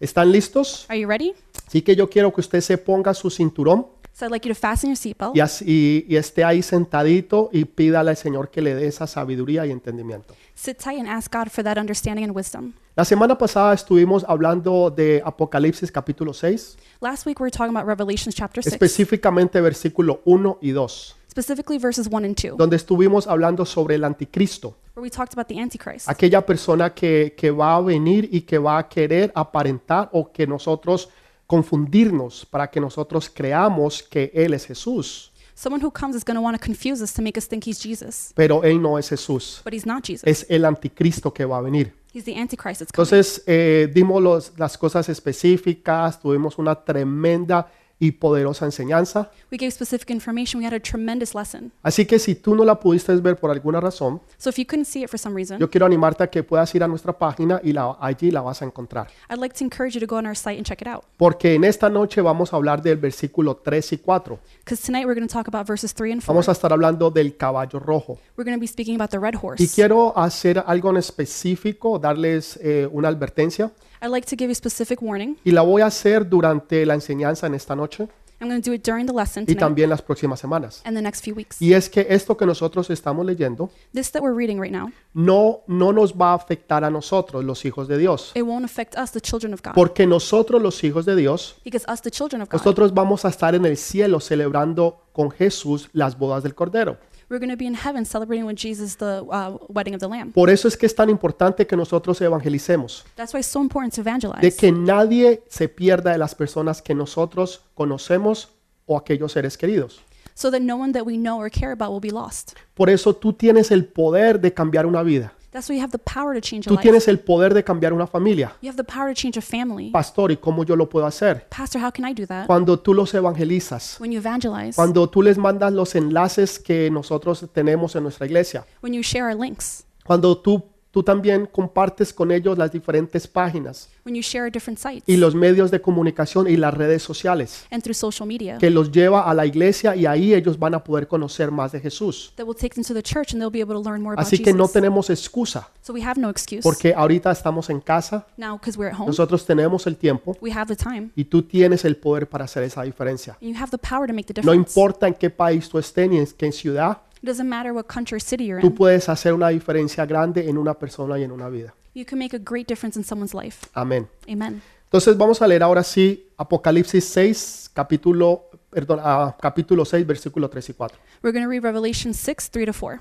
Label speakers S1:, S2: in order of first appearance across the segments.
S1: ¿Están listos?
S2: Are you ready?
S1: Así que yo quiero que usted se ponga su cinturón
S2: So I'd like you to fasten your seatbelt
S1: y, así, y esté ahí sentadito y pídale al Señor que le dé esa sabiduría y entendimiento.
S2: sit tight and ask God for that understanding and wisdom.
S1: La semana pasada estuvimos hablando de Apocalipsis capítulo 6,
S2: Last week we were talking about Revelations chapter 6,
S1: específicamente versículo 1 y 2,
S2: specifically verses 1 and 2,
S1: donde estuvimos hablando sobre el anticristo,
S2: where we talked about the Antichrist,
S1: aquella persona que, que va a venir y que va a querer aparentar o que nosotros confundirnos para que nosotros creamos que Él es Jesús,
S2: someone who comes is going to want to confuse us to make us think he's Jesus,
S1: pero Él no es Jesús,
S2: but he's not Jesus.
S1: es el anticristo que va a venir.
S2: He's the Antichrist. It's coming.
S1: Entonces eh, dimos los- las cosas específicas, tuvimos una tremenda y poderosa enseñanza.
S2: We gave specific information. We had a tremendous lesson.
S1: Así que si tú no la pudiste ver por alguna razón,
S2: So if you couldn't see it for some reason,
S1: yo quiero animarte a que puedas ir a nuestra página y la- allí la vas a encontrar.
S2: I'd like to encourage you to go on our site and check it out.
S1: Porque en esta noche vamos a hablar del versículo 3 y 4.
S2: Because tonight we're going to talk about verses 3 and 4.
S1: Vamos a estar hablando del caballo rojo.
S2: We're going to be speaking about the red
S1: Y
S2: horse.
S1: quiero hacer algo en específico, darles eh, una advertencia.
S2: I'd like to give you specific warning.
S1: Y la voy a hacer durante la enseñanza en esta noche
S2: I'm going to do it during the lesson
S1: y
S2: tonight
S1: también las próximas semanas.
S2: and the next few weeks.
S1: Y es que esto que nosotros estamos leyendo
S2: This that we're reading right now,
S1: no, no nos va a afectar a nosotros, los hijos de Dios.
S2: it won't affect us, the children of God.
S1: Porque nosotros, los hijos de Dios,
S2: because us, the children of God,
S1: Nosotros vamos a estar en el cielo celebrando con Jesús las bodas del Cordero.
S2: we're going to be in heaven celebrating with Jesus the uh, wedding of the Lamb.
S1: Por eso es que es tan importante que nosotros evangelicemos,
S2: That's why it's so important to evangelize.
S1: de que nadie se pierda de las personas que nosotros conocemos o aquellos seres queridos.
S2: so that no one that we know or care about will be lost.
S1: Por eso tú tienes el poder de cambiar una vida.
S2: That's why you have the power to change a
S1: Tú
S2: life.
S1: tienes el poder de cambiar una familia.
S2: You have the power to change a family.
S1: Pastor, ¿y cómo yo lo puedo hacer?
S2: Pastor, how can I do that?
S1: Cuando tú los evangelizas,
S2: When you evangelize,
S1: cuando tú les mandas los enlaces que nosotros tenemos en nuestra iglesia,
S2: when you share our links,
S1: cuando tú, tú también compartes con ellos las diferentes páginas
S2: when you share our different sites,
S1: y los medios de comunicación y las redes sociales
S2: and through social media,
S1: que los lleva a la iglesia y ahí ellos van a poder conocer más de Jesús.
S2: that will take them to the church and they'll be able to learn more about
S1: Así que
S2: Jesus.
S1: no tenemos excusa
S2: so we have no excuse
S1: porque ahorita estamos en casa,
S2: now because we're at home.
S1: nosotros tenemos el tiempo
S2: We have the time.
S1: y tú tienes el poder para hacer esa diferencia.
S2: And you have the power to make the
S1: No
S2: difference.
S1: importa en qué país tú estés ni en qué ciudad,
S2: It doesn't matter what country or city you're
S1: tú
S2: in.
S1: puedes hacer una diferencia grande en una persona y en una vida.
S2: You can make a great difference in someone's life.
S1: Amén.
S2: Amen.
S1: Entonces vamos a leer ahora sí Apocalipsis 6, capítulo, perdón, ah, capítulo 6, versículo 3 y 4.
S2: We're going to read Revelation 6, 3 to 4.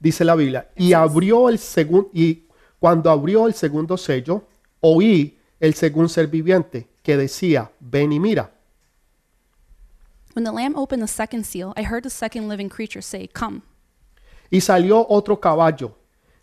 S1: Dice la Biblia, y abrió el segundo, y cuando abrió el segundo sello, oí el segundo ser viviente que decía, ven y mira.
S2: When the Lamb opened the second seal, I heard the second living creature say, Come.
S1: Y salió otro caballo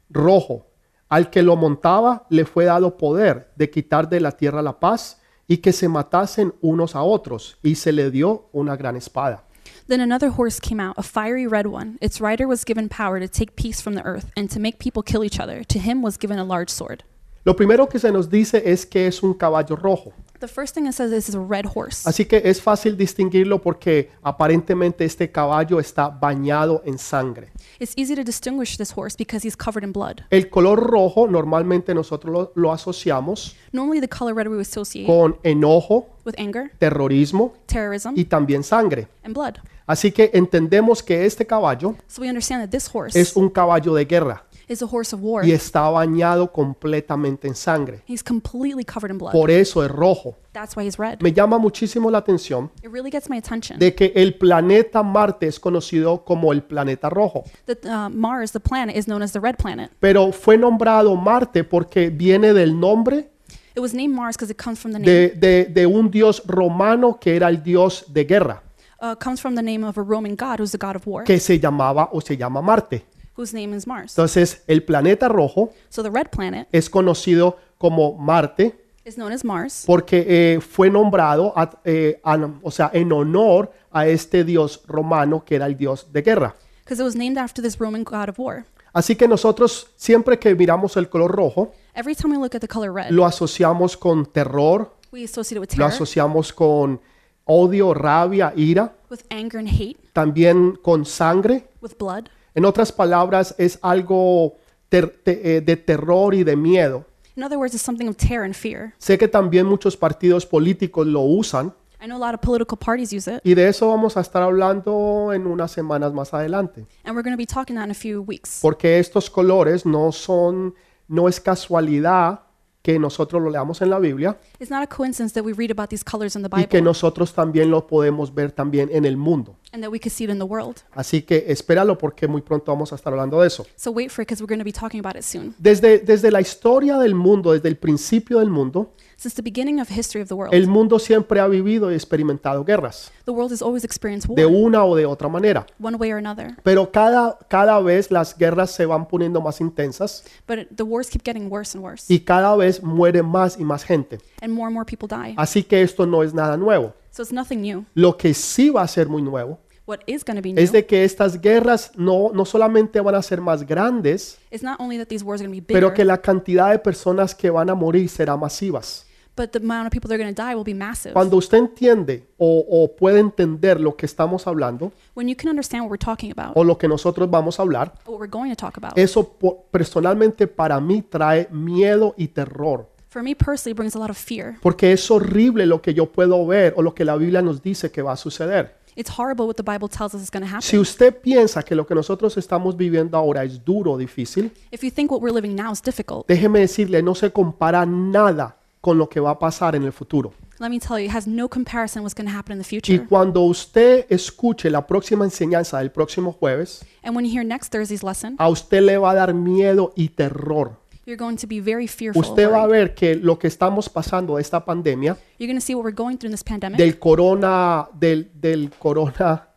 S1: rojo, al que lo montaba le fue dado poder de quitar de la tierra la paz y que se matasen unos a otros, y se le dio una gran espada.
S2: Then another horse came out, a fiery red one. Its rider was given power to take peace from the earth and to make people kill each other. To him was given a large sword.
S1: Lo primero que se nos dice es que es un caballo rojo.
S2: The first thing it says is it's a red horse.
S1: Así que es fácil distinguirlo porque aparentemente este caballo está bañado en sangre.
S2: It's easy to distinguish this horse because he's covered in blood.
S1: El color rojo normalmente nosotros lo, lo asociamos
S2: Normally, the color red we associate
S1: con enojo,
S2: with anger,
S1: terrorismo
S2: terrorism,
S1: y también sangre.
S2: and blood.
S1: Así que entendemos que este caballo
S2: So we understand that this horse
S1: es un caballo de guerra
S2: is a horse of war.
S1: y está bañado completamente en sangre.
S2: He's completely covered in blood.
S1: Por eso es rojo.
S2: That's why he's red.
S1: Me llama muchísimo la atención
S2: It really gets my attention
S1: de que el planeta Marte es conocido como el planeta rojo.
S2: that uh, Mars, the planet, is known as the red planet.
S1: pero fue nombrado Marte porque viene del nombre
S2: It was named Mars because it comes from the name
S1: de, de- de un dios romano que era el dios de guerra,
S2: uh, comes from the name of a Roman god who's the god of war,
S1: que se llamaba o se llama Marte.
S2: whose name is Mars.
S1: Entonces, el planeta rojo
S2: So the red planet
S1: es conocido como Marte
S2: is known as Mars
S1: porque eh, fue nombrado, a- eh, a- o sea, en honor a este dios romano que era el dios de guerra.
S2: because it was named after this Roman god of war.
S1: Así que nosotros siempre que miramos el color rojo,
S2: Every time we look at the color red,
S1: lo asociamos con terror,
S2: we associate it with
S1: lo
S2: terror,
S1: asociamos con odio, rabia, ira.
S2: with anger and hate,
S1: también con sangre.
S2: with blood.
S1: En otras palabras, es algo ter- te- eh, de terror y de miedo.
S2: In other words, it's something of terror and fear.
S1: Sé que también muchos partidos políticos lo usan
S2: I know a lot of political parties use it,
S1: y de eso vamos a estar hablando en unas semanas más adelante,
S2: and we're going to be talking that in a few weeks.
S1: porque estos colores no son, no es casualidad que nosotros lo leamos en la Biblia
S2: It's not a coincidence that we read about these colors in the
S1: y que
S2: Bible
S1: nosotros también lo podemos ver también en el mundo.
S2: and that we could see it in the world.
S1: Así que espéralo porque muy pronto vamos a estar hablando de eso.
S2: So wait for it because we're going to be talking about it soon.
S1: Desde, desde la historia del mundo, desde el principio del mundo,
S2: Since the beginning of history of the world,
S1: el mundo siempre ha vivido y experimentado guerras,
S2: the world has always experienced
S1: de
S2: war,
S1: una o de otra manera.
S2: one way or another.
S1: Pero cada, cada vez las guerras se van poniendo más intensas
S2: But it- the wars keep getting worse and worse,
S1: y cada vez muere más y más gente.
S2: and more and more people die.
S1: Así que esto no es nada nuevo.
S2: So it's nothing new.
S1: Lo que sí va a ser muy nuevo
S2: What is going to be
S1: es
S2: new
S1: de que estas guerras no, no solamente van a ser más grandes,
S2: is not only that these wars are going to be
S1: pero que
S2: bigger,
S1: la cantidad de personas que van a morir será masivas.
S2: but the amount of people that are going to die will be massive.
S1: Cuando usted entiende o, o puede entender lo que estamos hablando
S2: When you can understand what we're talking about,
S1: o lo que nosotros vamos a hablar,
S2: what we're going to talk about,
S1: eso po- personalmente para mí trae miedo y terror.
S2: for me personally, it brings a lot of fear.
S1: Porque es horrible lo que yo puedo ver o lo que la Biblia nos dice que va a suceder.
S2: It's horrible what the Bible tells us is going to happen.
S1: Si usted piensa que lo que nosotros estamos viviendo ahora es duro, difícil,
S2: If you think what we're living now is difficult,
S1: déjeme decirle, no se compara nada con lo que va a pasar en el futuro.
S2: let me tell you, it has no comparison what's going to happen in the
S1: Y
S2: future.
S1: cuando usted escuche la próxima enseñanza del próximo jueves,
S2: And when you hear next Thursday's lesson,
S1: a usted le va a dar miedo y terror.
S2: you're going to be very fearful. and
S1: Usted va a
S2: worried.
S1: ver que lo que estamos pasando de esta pandemia,
S2: You're going to see what we're going through in this pandemic,
S1: del corona, del, del corona,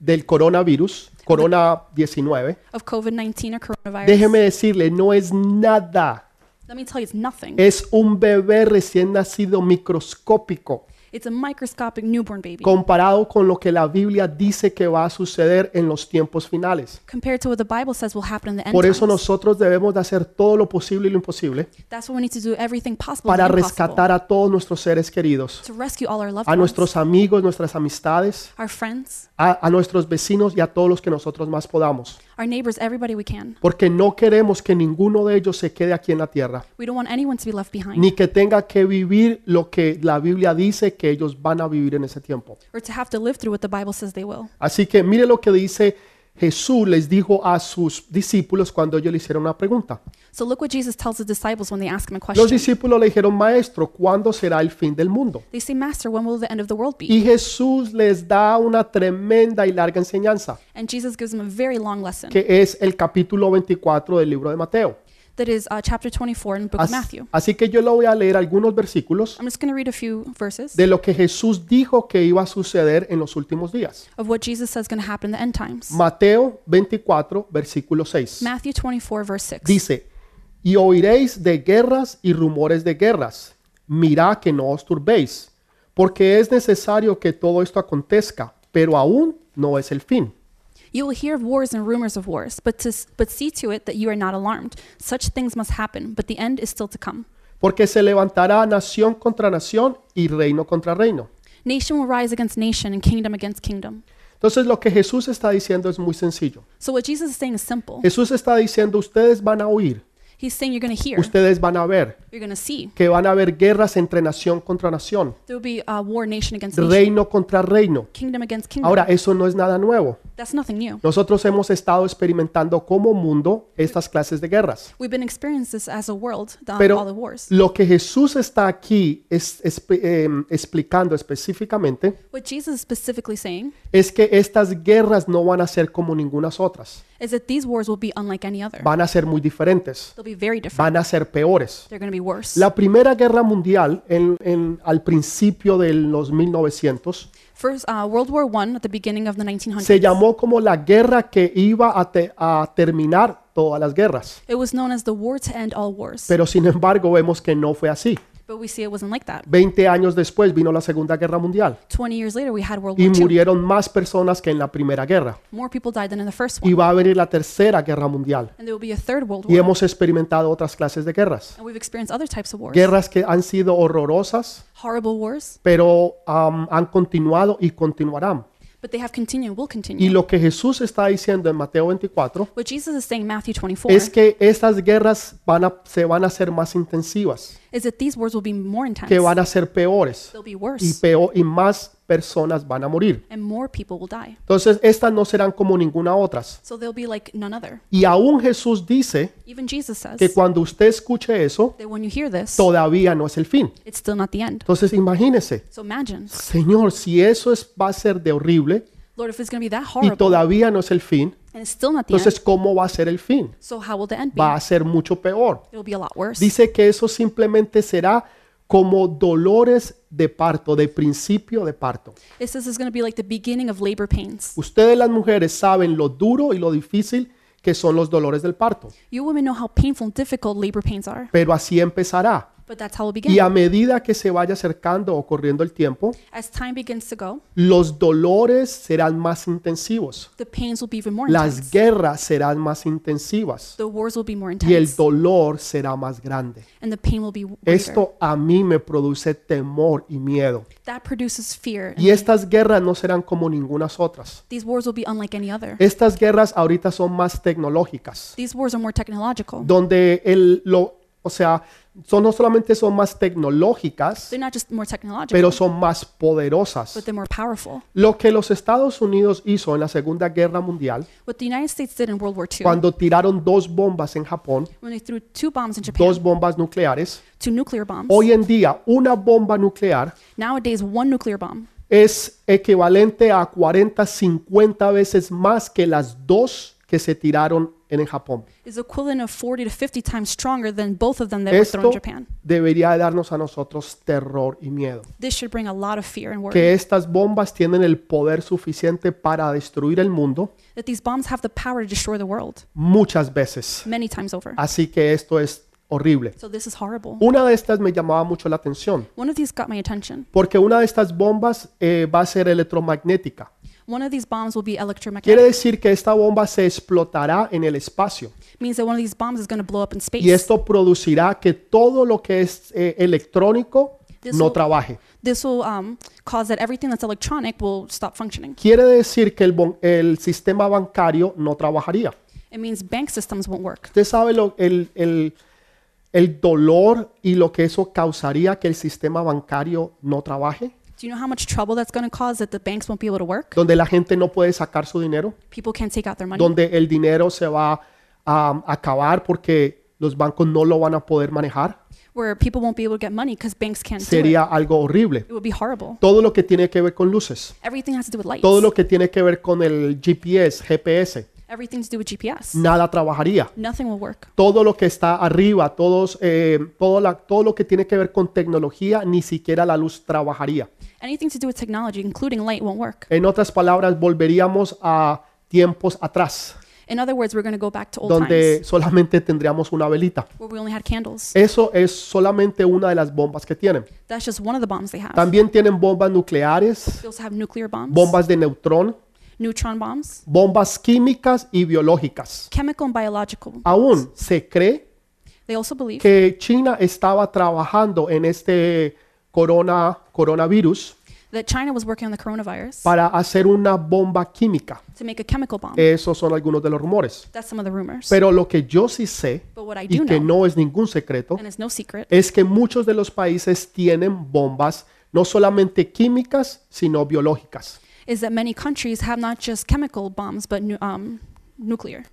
S1: del coronavirus, corona 19,
S2: of COVID 19 or coronavirus.
S1: déjeme decirle, no es nada.
S2: Let me tell you, it's nothing.
S1: Es un bebé recién nacido microscópico
S2: It's a microscopic newborn baby
S1: comparado con lo que la Biblia dice que va a suceder en los tiempos finales.
S2: compared to what the Bible says will happen in the end
S1: Por eso
S2: times.
S1: nosotros debemos de hacer todo lo posible y lo imposible
S2: That's why we need to do everything possible and
S1: para
S2: impossible
S1: rescatar a todos nuestros seres queridos,
S2: to rescue all our loved
S1: a
S2: ones,
S1: nuestros amigos, nuestras amistades,
S2: our friends,
S1: a, a nuestros vecinos y a todos los que nosotros más podamos.
S2: our neighbors, everybody we can.
S1: Porque no queremos que ninguno de ellos se quede aquí en la tierra,
S2: We don't want anyone to be left behind
S1: ni que tenga que vivir lo que la Biblia dice que ellos van a vivir en ese tiempo.
S2: or to have to live through what the Bible says they will.
S1: Así que mire lo que dice Jesús les dijo a sus discípulos cuando ellos le hicieron una pregunta.
S2: So look what Jesus tells his disciples when they ask him a question.
S1: Los discípulos le dijeron, Maestro, ¿cuándo será el fin del mundo?
S2: They say, Master, when will the end of the world be?
S1: Y Jesús les da una tremenda y larga enseñanza,
S2: And Jesus gives them a very long lesson.
S1: que es el capítulo 24 del libro de Mateo.
S2: That is uh, chapter 24 in the book of
S1: Así,
S2: Matthew.
S1: así que yo le voy a leer algunos versículos
S2: I'm just going to read a few verses
S1: de lo que Jesús dijo que iba a suceder en los últimos días.
S2: of what Jesus says is going to happen in the end times.
S1: Mateo 24, versículo 6.
S2: Matthew 24, verse 6.
S1: Dice, y oiréis de guerras y rumores de guerras. Mirad que no os turbéis, porque es necesario que todo esto acontezca, pero aún no es el fin.
S2: You will hear of wars and rumors of wars, but, to, but see to it that you are not alarmed. Such things must happen, but the end is still to come.
S1: Porque se levantará nación contra nación y reino contra reino.
S2: Nation will rise against nation and kingdom against kingdom.
S1: Entonces lo que Jesús está diciendo es muy sencillo.
S2: So what Jesus is saying is simple.
S1: Jesús está diciendo, ustedes van a oír,
S2: He's saying you're going to hear,
S1: ustedes van a ver,
S2: you're going to see.
S1: que van a haber guerras entre nación contra nación,
S2: There will be uh, war nation against nation,
S1: reino contra reino.
S2: kingdom against kingdom.
S1: Ahora, eh, eso no es nada nuevo.
S2: That's nothing new.
S1: Nosotros hemos estado experimentando como mundo estas clases de guerras.
S2: We've been experiencing this as a world, um, all the
S1: Pero
S2: wars.
S1: lo que Jesús está aquí es- espe- em, explicando específicamente
S2: What Jesus is specifically saying
S1: es que estas guerras no van a ser como ninguna otras.
S2: is that these wars will be unlike any other.
S1: Van a ser muy diferentes.
S2: They'll be very different.
S1: Van a ser peores.
S2: They're going to be worse.
S1: La Primera Guerra Mundial, en- en- al principio de los 1900,
S2: First, uh, World War One at the beginning of the 1900s.
S1: se llamó como la guerra que iba a, te- a terminar todas las guerras.
S2: It was known as the war to end all wars,
S1: Pero sin embargo vemos que no fue así.
S2: but we see it wasn't like that.
S1: 20 años después vino la Segunda Guerra Mundial
S2: 20 years later, we had World
S1: y
S2: War II.
S1: murieron más personas que en la Primera Guerra.
S2: More people died than in the first
S1: Y
S2: one.
S1: va a venir la Tercera Guerra Mundial.
S2: And there will be a third World
S1: Y
S2: War.
S1: hemos experimentado otras clases de guerras.
S2: And we've experienced other types of wars.
S1: Guerras que han sido horrorosas,
S2: Horrible wars,
S1: pero am, han continuado y continuarán.
S2: But they have continued, will continue.
S1: Y lo que Jesús está diciendo en Mateo 24
S2: what Jesus is saying in Matthew 24
S1: es que estas guerras van a- se van a hacer más intensivas,
S2: is that these wars will be more intense.
S1: que van a ser peores
S2: They'll be
S1: y,
S2: worse.
S1: peor, y más personas van a morir.
S2: and more people will die.
S1: Entonces, estas no serán como ninguna otras.
S2: So they'll be like none other.
S1: Y aún Jesús dice
S2: Even Jesus says
S1: que cuando usted escuche eso,
S2: that when you hear this,
S1: todavía no es el fin.
S2: it's still not the end.
S1: Entonces, imagínese,
S2: So imagine,
S1: Señor, si eso es, va a ser de horrible
S2: Lord, if it's going to be that
S1: y
S2: horrible
S1: todavía no es el fin,
S2: and it's still not the end,
S1: entonces, ¿cómo va a ser el fin?
S2: so how will the end be?
S1: Va a ser mucho peor.
S2: It'll be a lot worse.
S1: Dice que eso simplemente será como dolores de parto, de principio de parto.
S2: It says it's going to be like the beginning of labor pains.
S1: Ustedes las mujeres saben lo duro y lo difícil que son los dolores del parto,
S2: You women know how painful and difficult labor pains are,
S1: pero así empezará.
S2: but that's how it'll begin.
S1: Y a medida que se vaya acercando o corriendo el tiempo,
S2: As time begins to go,
S1: los dolores serán más intensivos,
S2: the pains will be even more
S1: las
S2: intense.
S1: guerras serán más intensivas
S2: The wars will be more
S1: y el
S2: intense,
S1: dolor será más grande.
S2: and the pain will be greater.
S1: Esto a mí me produce temor y miedo.
S2: That produces fear. and
S1: Y estas guerras no serán como ninguna otras.
S2: These wars will be unlike any other.
S1: Estas guerras ahorita son más tecnológicas,
S2: These wars are more technological.
S1: donde el lo, o sea, son no solamente son más tecnológicas,
S2: They're not just more technological,
S1: pero son más poderosas.
S2: but they're more powerful.
S1: Lo que los Estados Unidos hizo en la Segunda Guerra Mundial,
S2: What the United States did in World War II,
S1: cuando tiraron dos bombas en Japón,
S2: when they threw two bombs in Japan,
S1: dos bombas nucleares,
S2: two nuclear bombs.
S1: hoy en día una bomba nuclear
S2: Nowadays, one nuclear bomb
S1: es equivalente a 40, 50 veces más que las dos que se tiraron en el Japón.
S2: is equivalent of 40 to 50 times stronger than both of them that were
S1: Esto
S2: thrown in Japan.
S1: debería darnos a nosotros terror y miedo.
S2: This should bring a lot of fear and worry
S1: Que estas bombas tienen el poder suficiente para destruir el mundo
S2: that these bombs have the power to destroy the world
S1: muchas veces.
S2: many times over.
S1: Así que esto es horrible.
S2: So this is horrible.
S1: Una de estas me llamaba mucho la atención,
S2: One of these got my attention.
S1: porque una de estas bombas eh, va a ser electromagnética.
S2: One of these bombs will be
S1: Quiere
S2: electromagnetic.
S1: decir que esta bomba se explotará en el espacio.
S2: Means that one of these bombs is going to blow up in space.
S1: y esto producirá que todo lo que es eh, electrónico no trabaje.
S2: This will um, cause that everything that's electronic will stop functioning.
S1: Quiere decir que el, bon- el sistema bancario no trabajaría.
S2: It means bank systems won't work.
S1: Usted sabe lo- el, el- el dolor y lo que eso causaría que el sistema bancario no trabaje,
S2: Do you know how much trouble that's going to cause that the banks won't be able to work?
S1: donde la gente no puede sacar su dinero,
S2: People can't take out their money.
S1: donde el dinero se va a acabar porque los bancos no lo van a poder manejar.
S2: Where people won't be able to get money because banks can't do it.
S1: Sería algo horrible.
S2: It would be horrible.
S1: Todo lo que tiene que ver con luces,
S2: Everything has to do with lights.
S1: todo lo que tiene que ver con el GPS, GPS,
S2: Everything to do with GPS.
S1: nada trabajaría.
S2: Nothing will work.
S1: Todo lo que está arriba, todos, eh, todo, la- todo lo que tiene que ver con tecnología, ni siquiera la luz trabajaría.
S2: Anything to do with technology, including light, won't work.
S1: En otras palabras, volveríamos a tiempos atrás,
S2: In other words, we're going to go back to old
S1: donde
S2: times
S1: solamente tendríamos una velita.
S2: where we only had candles.
S1: Eso es solamente una de las bombas que tienen.
S2: That's just one of the bombs they have.
S1: También tienen bombas nucleares,
S2: They also have nuclear bombs,
S1: bombas de neutrón,
S2: neutron bombs,
S1: bombas químicas y biológicas.
S2: chemical and biological.
S1: Aún se cree
S2: They also believe
S1: Ah, que China estaba trabajando en este corona, coronavirus
S2: that China was working on the coronavirus
S1: para hacer una bomba química.
S2: to make a chemical bomb.
S1: Esos son algunos de los rumores.
S2: That's some of the rumors.
S1: Eh, Pero lo que yo sí sé,
S2: But what I do
S1: y que
S2: know,
S1: no Eh, es ningún secreto,
S2: and it's no secret,
S1: es que muchos de los países tienen bombas no solamente químicas, sino biológicas.
S2: is that many countries have not just chemical bombs, but nu- um, nuclear.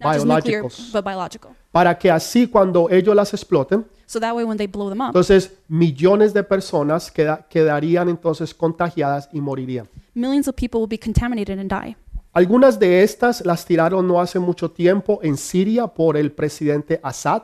S2: Not just nuclear,
S1: Biologicals.
S2: but biological.
S1: Para que así cuando ellos las exploten,
S2: So that way, when they blow them up,
S1: entonces millones de personas queda- quedarían entonces contagiadas y morirían.
S2: millions of people will be contaminated and die.
S1: Algunas de estas las tiraron no hace mucho tiempo en Siria por el presidente Assad.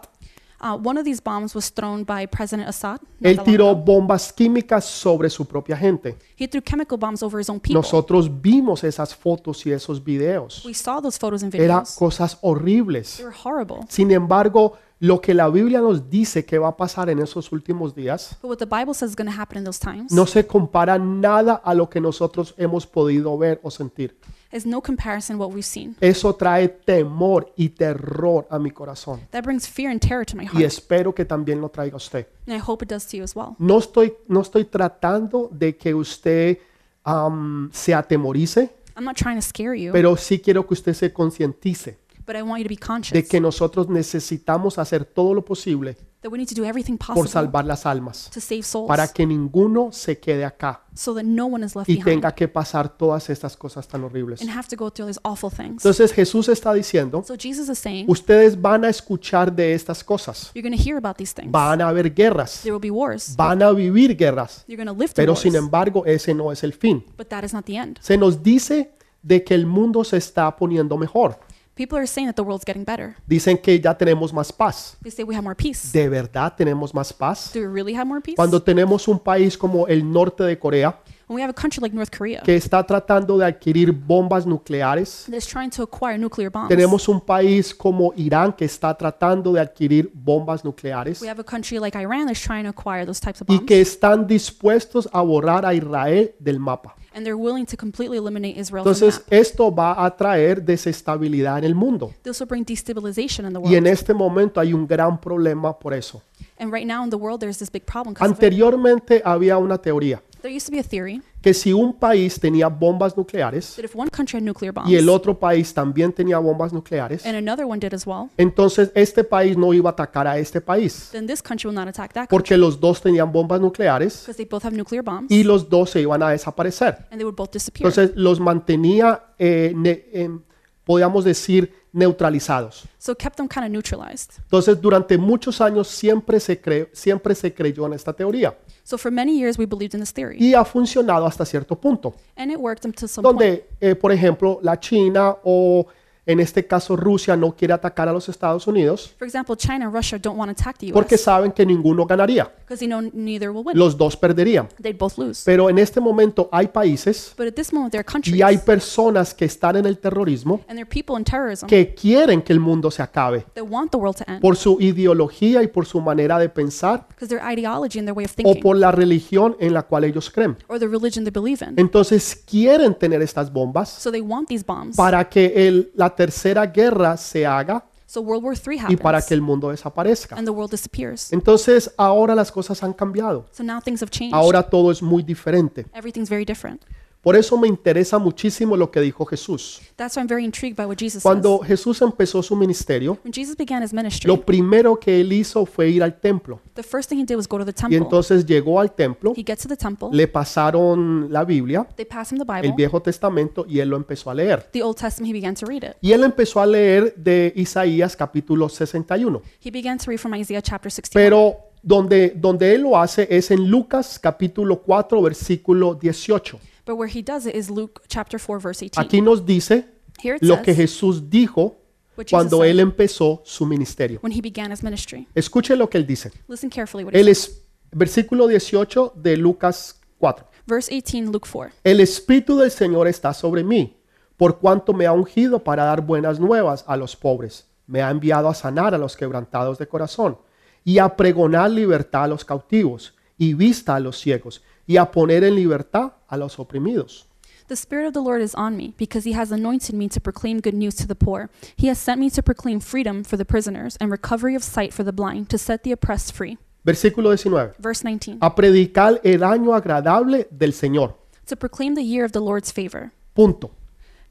S2: Uh, one of these bombs was thrown by President Assad. not
S1: Él
S2: that long
S1: tiró
S2: ago.
S1: bombas químicas sobre su propia gente.
S2: He threw chemical bombs over his own people.
S1: Nosotros vimos esas fotos y esos videos.
S2: we saw those photos and
S1: Eran
S2: videos.
S1: cosas
S2: They
S1: horribles.
S2: were horrible.
S1: Sin embargo, lo que la Biblia nos dice que va a pasar en esos últimos días
S2: But what the Bible says is going to happen in those times
S1: no se compara nada a lo que nosotros hemos podido ver o sentir.
S2: is no comparison what we've seen.
S1: Eso trae temor y terror a mi corazón
S2: That brings fear and terror to my heart.
S1: y espero que también lo traiga usted.
S2: And I hope it does to you as well.
S1: No estoy, no estoy tratando de que usted am, se atemorice,
S2: I'm not trying to scare you,
S1: pero sí quiero que usted se concientice
S2: but I want you to be conscious
S1: de que nosotros necesitamos hacer todo lo posible
S2: that we need to do everything possible
S1: por salvar las almas,
S2: to save souls
S1: para que ninguno se quede acá
S2: so that no one is left
S1: y
S2: behind
S1: tenga que pasar todas estas cosas tan horribles.
S2: and have to go through these awful things.
S1: Entonces Jesús está diciendo,
S2: so Jesus is saying,
S1: ustedes van a escuchar de estas cosas,
S2: you're going to hear about these things.
S1: van a haber guerras,
S2: There will be wars.
S1: van a vivir guerras,
S2: You're going to live through
S1: pero
S2: wars.
S1: sin embargo ese no es el fin.
S2: but that is not the end.
S1: Se nos dice de que el mundo se está poniendo mejor.
S2: People are saying that the world's getting better.
S1: Dicen que ya tenemos más paz.
S2: They say we have more peace.
S1: ¿De verdad tenemos más paz?
S2: Do we really have more peace?
S1: Cuando tenemos un país como el norte de Corea
S2: when we have a country like North Korea
S1: que está tratando de adquirir bombas nucleares,
S2: that is trying to acquire nuclear bombs.
S1: tenemos un país como Irán que está tratando de adquirir bombas nucleares
S2: we have a country like Iran that's trying to acquire those types of
S1: y
S2: bombs.
S1: que están dispuestos a borrar a Israel del mapa.
S2: and they're willing to completely eliminate Israel from the
S1: Entonces
S2: map.
S1: esto va a traer desestabilidad en el mundo
S2: This will bring destabilization in the world.
S1: y en este momento hay un gran problema por eso.
S2: and right now in the world, there's this big problem. 'cause of it.
S1: Anteriormente había una teoría
S2: There used to be a theory
S1: que si un país tenía bombas nucleares
S2: that if one country had nuclear bombs
S1: y el otro país también tenía bombas nucleares,
S2: and another one did as well,
S1: entonces este país no iba a atacar a este país
S2: then this country will not attack that country
S1: porque los dos tenían bombas nucleares
S2: because they both have nuclear bombs
S1: y los dos se iban a desaparecer.
S2: and they would both disappear.
S1: Entonces los mantenía, eh, ne- em, podríamos decir, neutralizados.
S2: so it kept them kind of neutralized.
S1: Entonces durante muchos años siempre se, cre- siempre se creyó en esta teoría
S2: So for many years, we believed in this theory.
S1: y ha funcionado hasta cierto punto.
S2: and it worked until some point.
S1: donde, eh, por ejemplo, la China o en este caso Rusia no quiere atacar a los Estados Unidos
S2: For example, China and Russia don't want to attack the
S1: porque
S2: U.S.
S1: saben que ninguno ganaría,
S2: because they know neither will win.
S1: los dos perderían.
S2: They'd both lose.
S1: Pero en este momento hay países
S2: But at this moment, there are countries
S1: y hay personas que están en el terrorismo
S2: and there are people in terrorism
S1: que quieren que el mundo se acabe
S2: that want the world to end
S1: por su ideología y por su manera de pensar
S2: because their ideology and their way of
S1: o
S2: thinking
S1: por la religión en la cual ellos creen.
S2: or the religion they believe in.
S1: Entonces quieren tener estas bombas
S2: So they want these bombs.
S1: para que el- la tercera guerra se haga
S2: So World War III
S1: y para que
S2: happens
S1: el mundo desaparezca.
S2: and the world disappears.
S1: Entonces ahora las cosas han cambiado.
S2: So now things have changed.
S1: Ahora todo es muy diferente.
S2: Everything's very different.
S1: Por eso me interesa muchísimo lo que dijo Jesús.
S2: That's why I'm very intrigued by what Jesus
S1: Cuando
S2: says.
S1: Jesús empezó su ministerio,
S2: When Jesus began his ministry,
S1: lo primero que él hizo fue ir al templo.
S2: the first thing he did was go to the
S1: Y
S2: temple.
S1: entonces llegó al templo,
S2: He gets to the temple.
S1: le pasaron la Biblia,
S2: They pass him the
S1: el
S2: Bible.
S1: Viejo Testamento, y él lo empezó a leer.
S2: The Old Testament, he began to read it.
S1: Y él empezó a leer de Isaías capítulo 61.
S2: He began to read from Isaiah chapter 61.
S1: Pero donde, donde él lo hace es en Lucas capítulo 4 versículo 18.
S2: But where he does it is Luke chapter 4, verse 18.
S1: Aquí nos dice
S2: Here it
S1: lo que
S2: says,
S1: Jesús dijo
S2: What Jesus
S1: cuando
S2: said.
S1: él empezó su ministerio.
S2: when he began his ministry.
S1: Escuche lo que él dice.
S2: Listen carefully what it
S1: El
S2: says.
S1: es, versículo 18 de Lucas 4.
S2: Verse 18, Luke 4.
S1: El Espíritu del Señor está sobre mí, por cuanto me ha ungido para dar buenas nuevas a los pobres. Me ha enviado a sanar a los quebrantados de corazón y a pregonar libertad a los cautivos y vista a los ciegos y a poner en libertad a los oprimidos.
S2: The Spirit of the Lord is on me, because he has anointed me to proclaim good news to the poor. He has sent me to proclaim freedom for the prisoners and recovery of sight for the blind, to set the oppressed free.
S1: Versículo 19.
S2: Verse 19,
S1: A predicar el año agradable del Señor.
S2: to proclaim the year of the Lord's favor.
S1: Punto.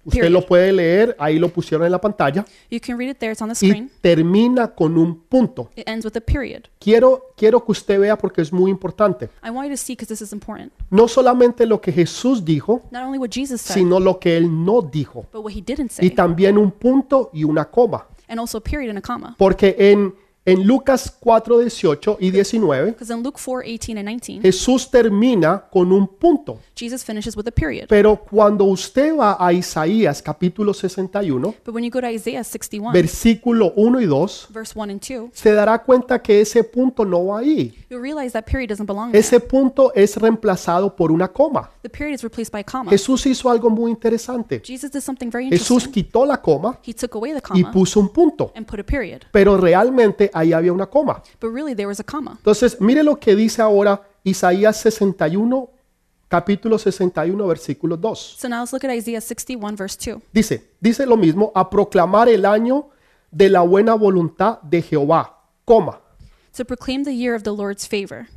S1: Usted
S2: Period.
S1: lo puede leer, ahí lo pusieron en la pantalla
S2: You can read it there, it's on the
S1: y
S2: screen.
S1: termina con un punto.
S2: It ends with a period.
S1: Quiero quiero que usted vea porque es muy importante.
S2: I want you to see because this is important.
S1: No solamente lo que Jesús dijo,
S2: Not only what Jesus said,
S1: sino lo que él no dijo
S2: but what he didn't
S1: y
S2: say,
S1: también un punto y una coma,
S2: and also a period and a comma.
S1: porque en en Lucas 4, 18 y 19
S2: Because in Luke 4, 18 and 19,
S1: Jesús termina con un punto.
S2: Jesus finishes with a period.
S1: Pero cuando usted va a Isaías capítulo 61,
S2: But when you go to Isaiah 61,
S1: versículo 1 y 2,
S2: verse 1 and 2,
S1: se dará cuenta que ese punto no va ahí.
S2: you'll realize that period doesn't belong there.
S1: Ese punto es reemplazado por una coma.
S2: The period is replaced by a comma.
S1: Jesús hizo algo muy interesante.
S2: Jesus did something very
S1: Jesús
S2: interesting.
S1: quitó la coma
S2: He took away the
S1: y
S2: comma
S1: puso un punto,
S2: and put a period.
S1: pero realmente ahí había una coma.
S2: But really, there was a comma.
S1: Entonces, mire lo que dice ahora Isaías 61, capítulo 61, versículo 2.
S2: So now let's look at Isaiah 61, verse 2.
S1: Dice, dice lo mismo, a proclamar el año de la buena voluntad de Jehová, coma.
S2: To proclaim the year of the Lord's favor,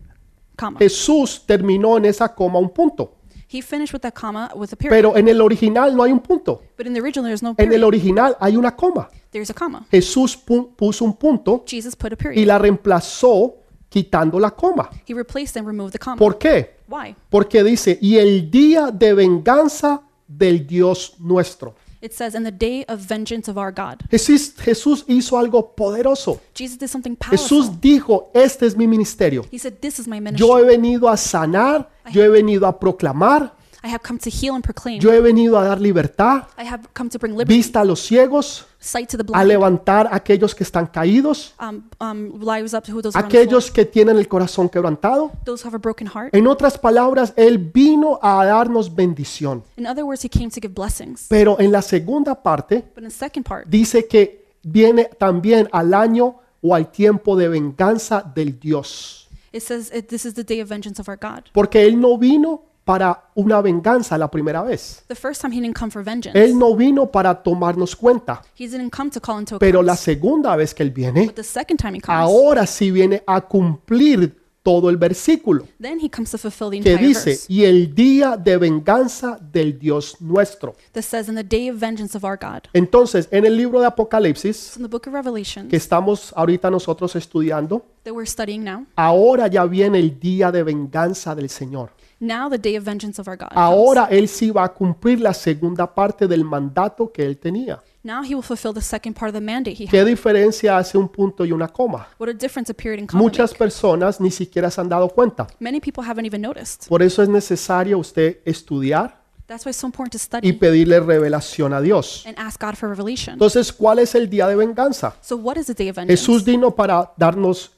S2: comma.
S1: Jesús terminó en esa coma un punto.
S2: He finished with that comma with a period.
S1: Pero en el original no hay un punto.
S2: but in the original, there's no
S1: En el
S2: period.
S1: original hay una coma.
S2: There's a comma.
S1: Jesús pu- puso un punto
S2: Jesus put a
S1: y
S2: period.
S1: la reemplazó quitando la coma.
S2: He replaced and removed the comma.
S1: ¿Por qué?
S2: Why?
S1: Porque dice, y el día de venganza del Dios nuestro.
S2: It says, in the day of vengeance of our God.
S1: Jesús, Jesús hizo algo poderoso.
S2: Jesus did something powerful.
S1: Jesús dijo, este es mi ministerio.
S2: He said, this is my ministry.
S1: Yo he venido a sanar, yo he venido a proclamar,
S2: I have come to heal and proclaim.
S1: yo he venido a dar libertad,
S2: I have come to bring liberty,
S1: vista a los ciegos,
S2: sight to the
S1: a
S2: blind,
S1: levantar a aquellos que están caídos,
S2: um, um, lives up to who those are on the floor,
S1: aquellos Eh. que tienen el corazón quebrantado.
S2: those who have a broken heart.
S1: En otras palabras, Él vino a darnos bendición.
S2: In other words, he came to give blessings.
S1: Pero en la segunda parte
S2: But in the second part,
S1: dice que viene también al año o al tiempo de venganza del Dios.
S2: it says, it, this is the day of vengeance of our God.
S1: Porque Él no vino para una venganza la primera vez.
S2: The first time he didn't come for vengeance.
S1: Él no vino para tomarnos cuenta.
S2: he didn't come to call into account.
S1: Pero la segunda vez que Él viene,
S2: but the second time he comes,
S1: ahora sí viene a cumplir todo el versículo
S2: then he comes to fulfill the
S1: que
S2: entire
S1: dice,
S2: verse
S1: y el día de venganza del Dios nuestro.
S2: that says, in the day of vengeance of our God.
S1: Entonces, en el libro de Apocalipsis,
S2: So in the book of Revelation
S1: que estamos ahorita nosotros estudiando,
S2: that we're studying now,
S1: ahora ya viene el día de venganza del Señor.
S2: now the day of vengeance of our God. comes.
S1: Ahora Él sí va a cumplir la segunda parte del mandato que Él tenía.
S2: Now he will fulfill the second part of the mandate he had.
S1: ¿Qué diferencia hace un punto y una coma?
S2: What a difference a period in comma
S1: Muchas personas ni siquiera se han dado cuenta.
S2: make. Many people haven't even noticed.
S1: Por eso es necesario usted estudiar
S2: That's why it's so important to
S1: y
S2: study
S1: pedirle revelación a Dios.
S2: and ask God for revelation.
S1: Entonces, ¿cuál es el día de venganza?
S2: So what is the day of vengeance?
S1: Jesús vino para darnos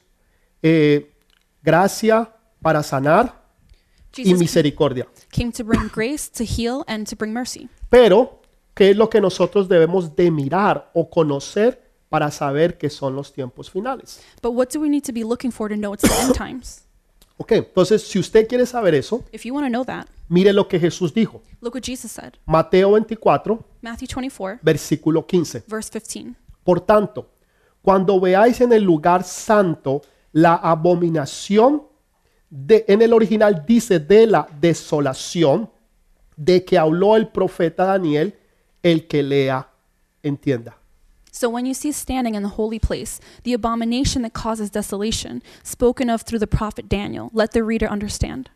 S1: eh, gracia, para sanar y
S2: Jesus
S1: misericordia.
S2: came to bring grace, to heal, and to bring mercy.
S1: Pero, ¿qué es lo que nosotros debemos de mirar o conocer para saber que son los tiempos finales?
S2: But what do we need to be looking for to know it's the end times?
S1: Ok, entonces, si usted quiere saber eso,
S2: If you want to know that,
S1: mire lo que Jesús dijo.
S2: look what Jesus said.
S1: Mateo 24,
S2: Matthew 24,
S1: versículo 15.
S2: verse 15.
S1: Por tanto, cuando veáis en el lugar santo la abominación, de, en el original dice de la desolación de que habló el profeta Daniel, el que lea, entienda.
S2: So when you see standing in the holy place the abomination that causes desolation, spoken of through the prophet Daniel, let the reader understand.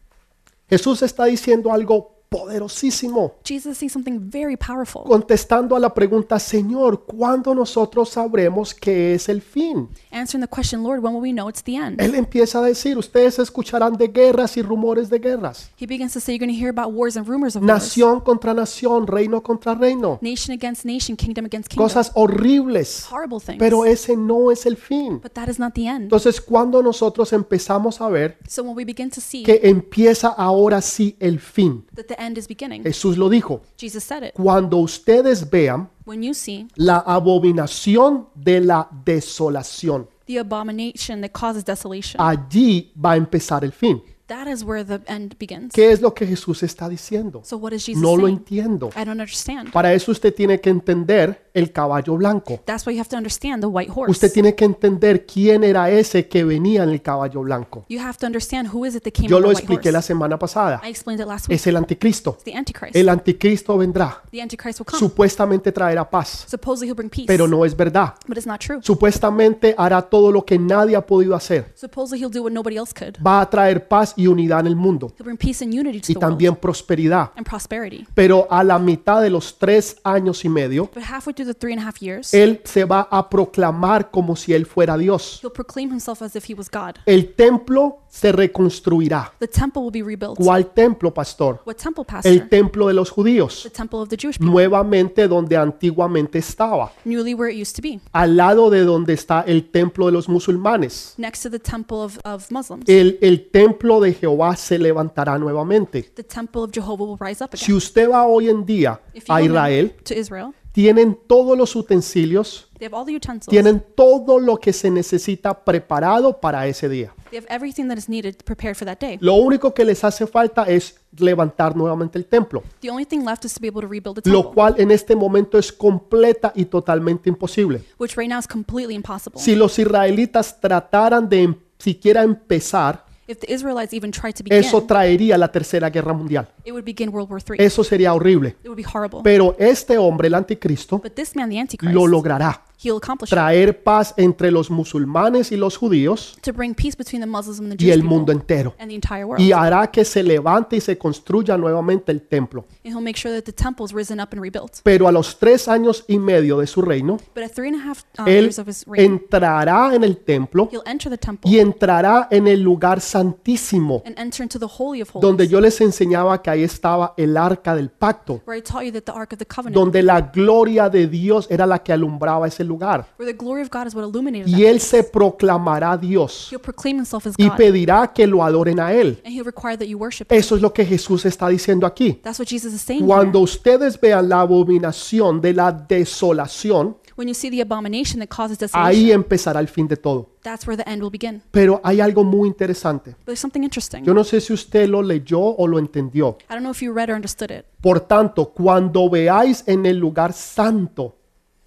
S1: Jesús está diciendo algo poderosísimo,
S2: Jesus sees something very powerful,
S1: contestando a la pregunta, Señor, ¿cuándo nosotros sabremos qué es el fin?
S2: answering the question, Lord, when will we know it's the end?
S1: Él empieza a decir, ustedes escucharán de guerras y rumores de guerras,
S2: He begins to say, You're going to hear about wars and rumors of wars.
S1: nación contra nación, reino contra reino,
S2: Nation against nation, kingdom against kingdom.
S1: cosas horribles,
S2: Horrible things.
S1: pero ese no es el fin.
S2: but that is not the end.
S1: Entonces, cuando nosotros empezamos a ver
S2: So when we begin to see
S1: que empieza ahora sí el fin,
S2: that the end is beginning,
S1: Jesús lo dijo,
S2: Jesus said it.
S1: cuando ustedes vean
S2: When you see
S1: la abominación de la desolación,
S2: the abomination that causes desolation,
S1: Ah. allí va a empezar el fin.
S2: that is where the end begins.
S1: ¿Qué es lo que Jesús está diciendo?
S2: So what is Jesus
S1: No lo
S2: saying?
S1: entiendo.
S2: I don't understand.
S1: Para eso usted tiene que entender el caballo blanco.
S2: That's why you have to understand the white horse.
S1: Usted tiene que entender quién era ese que venía en el caballo blanco.
S2: you have to understand who is it that came
S1: Yo
S2: on
S1: lo
S2: the white
S1: expliqué
S2: horse.
S1: la semana pasada.
S2: I explained it last week.
S1: Es el anticristo.
S2: It's the Antichrist.
S1: El anticristo vendrá.
S2: the Antichrist will come.
S1: Supuestamente traerá paz,
S2: Supposedly he'll bring peace,
S1: pero no es verdad.
S2: but it's not true.
S1: Supuestamente hará todo lo que nadie ha podido hacer.
S2: Supposedly he'll do what nobody else could.
S1: Va a traer paz y unidad en el mundo
S2: He'll bring peace and unity to
S1: y
S2: the world
S1: también prosperidad.
S2: and prosperity.
S1: Pero a la mitad de los tres años y medio,
S2: But halfway through the three and a half years,
S1: él se va a proclamar como si él fuera Dios.
S2: he'll proclaim himself as if he was God.
S1: El templo se reconstruirá.
S2: The temple will be rebuilt.
S1: ¿Cuál templo, pastor?
S2: What temple,
S1: El
S2: Pastor?
S1: templo de los
S2: The
S1: judíos,
S2: temple of the Jewish people,
S1: nuevamente donde antiguamente estaba,
S2: newly where it used to be,
S1: al lado de donde está el templo de los musulmanes.
S2: next to the temple of, of Muslims.
S1: El, el templo de Jehová se levantará nuevamente.
S2: The temple of Jehovah will rise up
S1: Si
S2: again.
S1: usted va hoy en día
S2: If you
S1: a
S2: go now
S1: Israel,
S2: to Israel,
S1: tienen todos los utensilios,
S2: they have all the utensils.
S1: tienen todo lo que se necesita preparado para ese día.
S2: They have everything that is needed prepared for that day.
S1: Lo único que les hace falta es levantar nuevamente el templo.
S2: The only thing left is to be able to rebuild the
S1: lo
S2: temple,
S1: cual en este momento es completa y totalmente imposible.
S2: which right now is completely impossible.
S1: Si los israelitas trataran de em- siquiera empezar
S2: If the Israelites even tried to begin,
S1: Eso traería la Tercera Guerra Mundial.
S2: it would begin World War III.
S1: Eso sería horrible.
S2: It would be horrible.
S1: Pero este hombre, el anticristo,
S2: But this man, the Antichrist,
S1: lo logrará.
S2: he'll accomplish it,
S1: Traer paz entre los musulmanes y los judíos
S2: to bring peace between the Muslims and the
S1: y
S2: Jewish
S1: el
S2: people
S1: mundo entero.
S2: and the entire world.
S1: Y hará que se levante y se construya nuevamente el templo.
S2: And he'll make sure that the temple's risen up and rebuilt.
S1: Pero a los tres años y medio de su reino,
S2: But at three and a half um,
S1: él
S2: years of his reign,
S1: entrará en el templo
S2: he'll enter the temple
S1: y entrará en el lugar santísimo,
S2: and enter into the Holy of Holies,
S1: donde yo les enseñaba que ahí estaba el arca del pacto,
S2: where I taught you that the Ark of the Covenant,
S1: donde la gloria de Dios era la que alumbraba ese lugar.
S2: where the glory of God is what illuminated
S1: Y
S2: that.
S1: él se proclamará Dios
S2: He'll proclaim himself as
S1: y Eh,
S2: God,
S1: pedirá que lo adoren a él.
S2: and he'll require that you worship him.
S1: Eso es lo que Jesús está diciendo aquí.
S2: That's what Jesus is saying. here.
S1: Cuando ustedes vean la abominación de la desolación,
S2: When you see the abomination that causes desolation,
S1: ahí empezará el fin de todo.
S2: that's where the end will begin.
S1: Pero hay algo muy interesante.
S2: But there's something interesting.
S1: Yo no sé si usted lo leyó o lo entendió.
S2: I don't know if you read or understood it,
S1: Por tanto, cuando veáis en el lugar santo,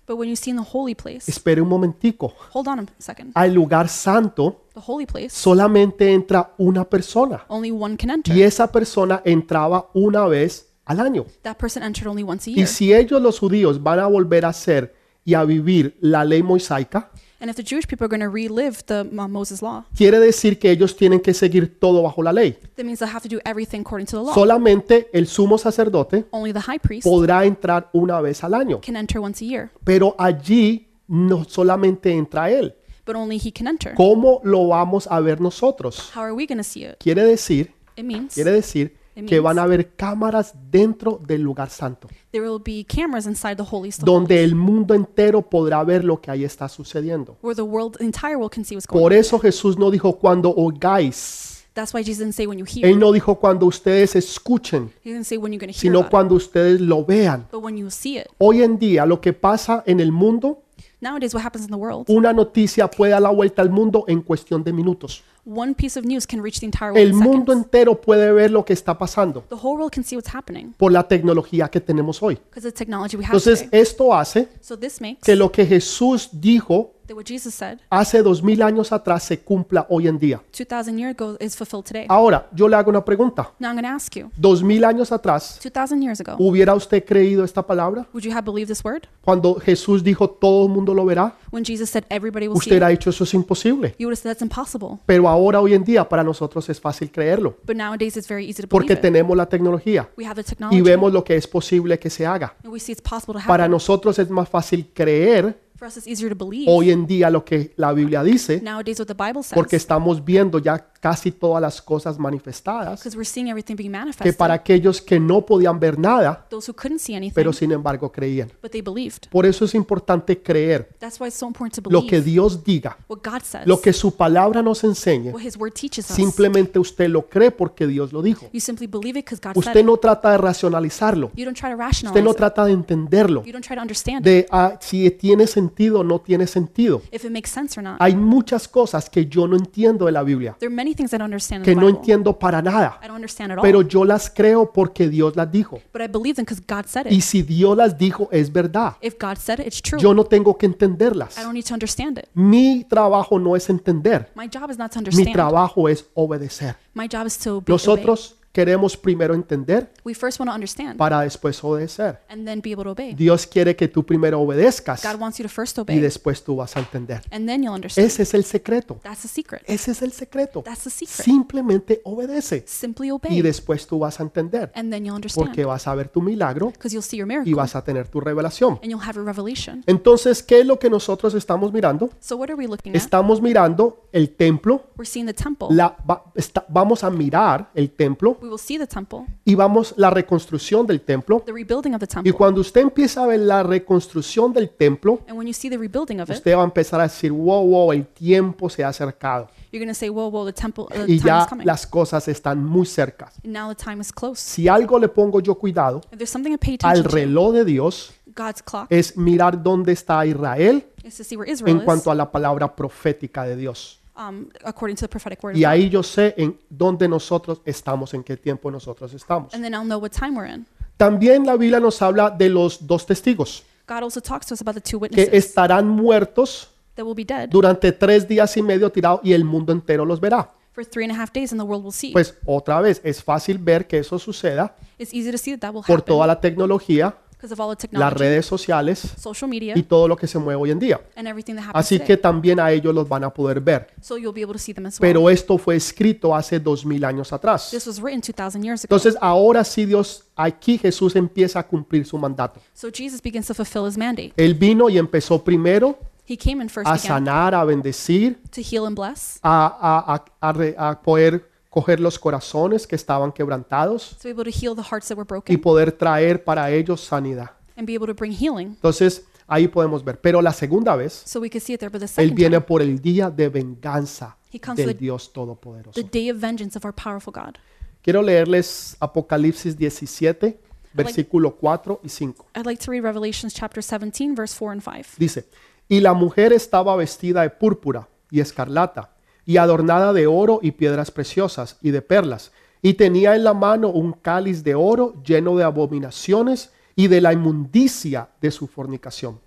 S2: but when you see in the holy place,
S1: espere un momentico,
S2: hold on a second.
S1: al lugar santo
S2: The holy place,
S1: solamente entra una persona
S2: only one can enter.
S1: y esa persona entraba una vez al año.
S2: That person entered only once a
S1: Y
S2: year.
S1: si ellos los judíos van a volver a hacer y a vivir la ley mosaica,
S2: And if the Jewish people are going to relive the uh, Moses law,
S1: quiere decir que ellos tienen que seguir todo bajo la ley.
S2: that means they'll have to do everything according to the law.
S1: Solamente el sumo sacerdote
S2: only the high priest
S1: podrá entrar una vez al año,
S2: can enter once a year,
S1: pero allí no solamente entra él.
S2: but only he can enter.
S1: ¿Cómo lo vamos a ver nosotros?
S2: How are we going to see it?
S1: Quiere decir,
S2: It means
S1: quiere decir que van a haber cámaras dentro del lugar santo,
S2: there will be cameras inside the holy stuff,
S1: donde el mundo entero podrá ver lo que ahí está sucediendo.
S2: where the world, the entire world can see what's going on.
S1: Por eso Jesús no dijo cuando oigáis,
S2: That's why Jesus didn't say when you hear.
S1: él no dijo cuando ustedes escuchen,
S2: He didn't say when you're going to hear
S1: sino
S2: about it,
S1: cuando ustedes lo vean.
S2: but when you see it.
S1: Hoy en día lo que pasa en el mundo,
S2: Nowadays, what happens in the world,
S1: una noticia puede dar la vuelta al mundo en cuestión de minutos.
S2: one piece of news can reach the entire world
S1: El
S2: in
S1: mundo
S2: seconds.
S1: entero puede ver lo que está pasando
S2: The whole world can see what's happening
S1: por la tecnología que tenemos hoy.
S2: because of the technology we have
S1: Entonces
S2: today.
S1: esto hace
S2: So this makes
S1: que lo que Jesús dijo
S2: that what Jesus said
S1: hace dos mil años atrás se cumpla hoy en día.
S2: 2,000 years ago is fulfilled today.
S1: Ahora, yo le hago una pregunta.
S2: Now I'm going to ask you,
S1: Dos mil años atrás,
S2: 2,000 years ago,
S1: ¿hubiera usted creído esta palabra?
S2: would you have believed this word?
S1: Cuando Jesús dijo todo el mundo lo verá,
S2: When Jesus said everybody will see
S1: usted
S2: it,
S1: ha dicho eso es imposible.
S2: you would have said that's impossible.
S1: Pero ahora, hoy en día, para nosotros es fácil creerlo,
S2: But nowadays it's very easy to believe
S1: porque
S2: it.
S1: tenemos la tecnología
S2: We have the
S1: y
S2: technology
S1: vemos lo que es posible que se haga.
S2: and we see it's possible to
S1: Para
S2: happen.
S1: nosotros es más fácil creer
S2: For us it's easier to believe
S1: hoy en día lo que la Biblia dice,
S2: nowadays what the Bible
S1: porque
S2: says
S1: estamos viendo ya casi todas las cosas manifestadas,
S2: because we're seeing everything being
S1: que
S2: manifested.
S1: para aquellos que no podían ver nada,
S2: Those who couldn't see anything,
S1: pero sin embargo creían.
S2: but they believed.
S1: Por eso es importante creer
S2: That's why it's so important to
S1: lo que
S2: believe
S1: Dios diga,
S2: what God says,
S1: lo que su palabra nos enseñe.
S2: what His Word teaches us.
S1: Simplemente usted lo cree porque Dios lo dijo.
S2: You simply believe it because God said
S1: Usted
S2: it.
S1: no trata de racionalizarlo,
S2: You don't try to
S1: usted
S2: rationalize
S1: no
S2: it.
S1: trata de entenderlo,
S2: You don't try to understand it,
S1: de ah, si tiene sentido o no tiene sentido.
S2: if it makes sense or not.
S1: Hay muchas cosas que yo no entiendo de la Biblia,
S2: There are many things I don't understand
S1: que
S2: in the
S1: no
S2: Bible.
S1: entiendo para nada,
S2: I don't understand at all.
S1: pero yo las creo porque Dios las dijo.
S2: But I believe them because God said
S1: Y
S2: it.
S1: si Dios las dijo, es verdad.
S2: If God said it, it's true.
S1: Yo no tengo que entenderlas.
S2: I don't need to understand it.
S1: Mi trabajo no es entender,
S2: My job is not to
S1: mi
S2: understand.
S1: trabajo es obedecer.
S2: My job is to be obey.
S1: Nosotros queremos primero entender
S2: We first want to understand
S1: para después obedecer.
S2: and then be able to obey.
S1: Dios quiere que tú primero obedezcas
S2: God wants you to first
S1: y
S2: obey
S1: después tú vas a entender.
S2: and then you'll understand.
S1: Ese es el secreto.
S2: That's the secret.
S1: Ese es el secreto.
S2: That's the secret.
S1: Simplemente obedece
S2: Simply
S1: y
S2: obey
S1: después tú vas a entender
S2: and then you'll
S1: porque
S2: understand
S1: vas a ver tu milagro
S2: because you'll see your
S1: y
S2: miracle
S1: vas a tener tu revelación.
S2: and you'll have a revelation.
S1: Entonces, ¿qué es lo que nosotros estamos mirando?
S2: So, what are we looking at?
S1: Estamos mirando el templo.
S2: We're seeing the temple.
S1: la- va- está- vamos a mirar el templo
S2: We will see the temple,
S1: y vamos la reconstrucción del templo.
S2: the rebuilding of the
S1: Y
S2: temple.
S1: cuando usted empieza a ver la reconstrucción del templo,
S2: And when you see the rebuilding of it,
S1: usted va a empezar a decir, wow, wow, el tiempo se ha acercado
S2: you're going to say, whoa, whoa, the temple, the
S1: y
S2: time is
S1: ya
S2: coming.
S1: las cosas están muy cerca.
S2: And now the time is close.
S1: Si algo le pongo yo cuidado
S2: If there's something I pay
S1: al
S2: attention to,
S1: reloj de Dios
S2: God's clock
S1: es mirar dónde está Israel
S2: is to see where Israel
S1: en
S2: is,
S1: cuanto a la palabra profética de Dios.
S2: um, according to the prophetic word. of
S1: Y
S2: God.
S1: ahí yo sé en dónde nosotros estamos, en qué tiempo nosotros estamos.
S2: And then I'll know what time we're in.
S1: También la Biblia nos habla de los dos testigos
S2: God also talks to us about the two
S1: que
S2: witnesses
S1: estarán muertos
S2: that will be dead
S1: durante tres días y medio tirados y el mundo entero los verá.
S2: for three and a half days and the world will see.
S1: Pues otra vez, es fácil ver que eso suceda
S2: it's easy to see that that will
S1: por toda
S2: happen
S1: la tecnología,
S2: because of all the
S1: las
S2: technology,
S1: redes sociales
S2: social media,
S1: y todo lo que se mueve hoy en día.
S2: and everything that happens
S1: Así
S2: today.
S1: que también a ellos los van a poder ver.
S2: So you'll be able to see them as well.
S1: Pero esto fue escrito hace dos mil años atrás.
S2: This was written 2,000 years ago.
S1: Entonces ahora sí Dios, aquí Jesús empieza a cumplir su mandato.
S2: So Jesus begins to fulfill his mandate.
S1: Él vino y empezó primero
S2: He came and first
S1: a
S2: began
S1: sanar, a bendecir,
S2: to heal and bless,
S1: a, a- a- a re- a poder coger los corazones que estaban quebrantados
S2: to be able to heal the hearts that were
S1: y
S2: broken,
S1: poder traer para ellos sanidad.
S2: and be able to bring healing.
S1: Entonces ahí podemos ver. Pero la segunda vez,
S2: So we could see it there. But the
S1: Él
S2: second
S1: viene
S2: time,
S1: por el día de venganza
S2: He comes
S1: del
S2: with-
S1: Dios
S2: the
S1: Todopoderoso.
S2: day of vengeance of our powerful God.
S1: Quiero leerles Apocalipsis 17, versículo 4 y 5.
S2: I'd like to read Revelations chapter 17, verse 4 and 5.
S1: Dice, y la mujer estaba vestida de púrpura y escarlata, y adornada de oro y piedras preciosas y de perlas, y tenía en la mano un cáliz de oro lleno de abominaciones y de la inmundicia de su fornicación.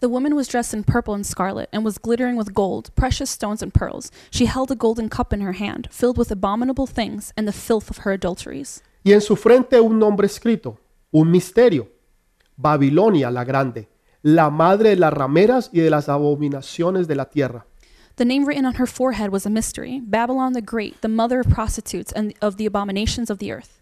S2: The woman was dressed in purple and scarlet, and was glittering with gold, precious stones, and pearls. She held a golden cup in her hand, filled with abominable things and the filth of her adulteries.
S1: Y en su frente un nombre escrito, un misterio, Babilonia la grande, la madre de las rameras y de las abominaciones de la tierra.
S2: The name written on her forehead was a mystery Babylon the Great, the mother of prostitutes and of the abominations of the earth.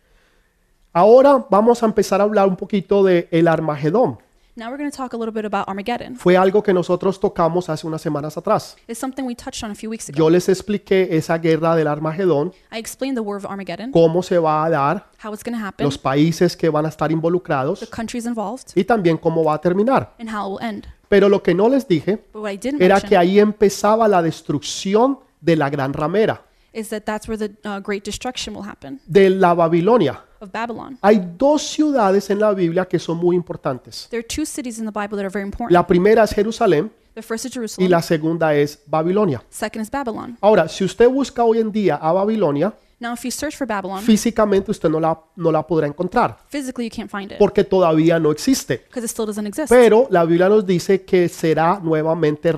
S1: Ahora vamos a empezar a hablar un poquito de el Armagedón.
S2: Now we're going to talk a little bit about Armageddon.
S1: Fue algo que nosotros tocamos hace unas semanas atrás.
S2: It's something we touched on a few weeks ago.
S1: Yo les expliqué esa guerra del Armagedón,
S2: I explained the War of Armageddon,
S1: cómo se va a dar,
S2: how it's going to happen,
S1: los países que van a estar
S2: the
S1: involucrados
S2: countries involved,
S1: y también cómo va a terminar.
S2: and how it will end.
S1: Pero lo que no les dije
S2: But what I didn't
S1: era que
S2: mention
S1: ahí empezaba la destrucción de la gran ramera,
S2: is that that's where the uh, great destruction will happen
S1: de la Babilonia.
S2: of Babylon.
S1: Hay dos ciudades en la Biblia que son muy importantes.
S2: There are two cities in the Bible that are very important.
S1: La primera es Jerusalén
S2: The first is
S1: y
S2: Jerusalem,
S1: la segunda es Babilonia.
S2: second is Babylon.
S1: Ahora, si usted busca hoy en día a Babilonia,
S2: Now, if you search for Babylon,
S1: físicamente usted no la, no la podrá encontrar
S2: physically you can't find it
S1: porque todavía no existe.
S2: because it still doesn't exist.
S1: Pero la Biblia nos dice que será nuevamente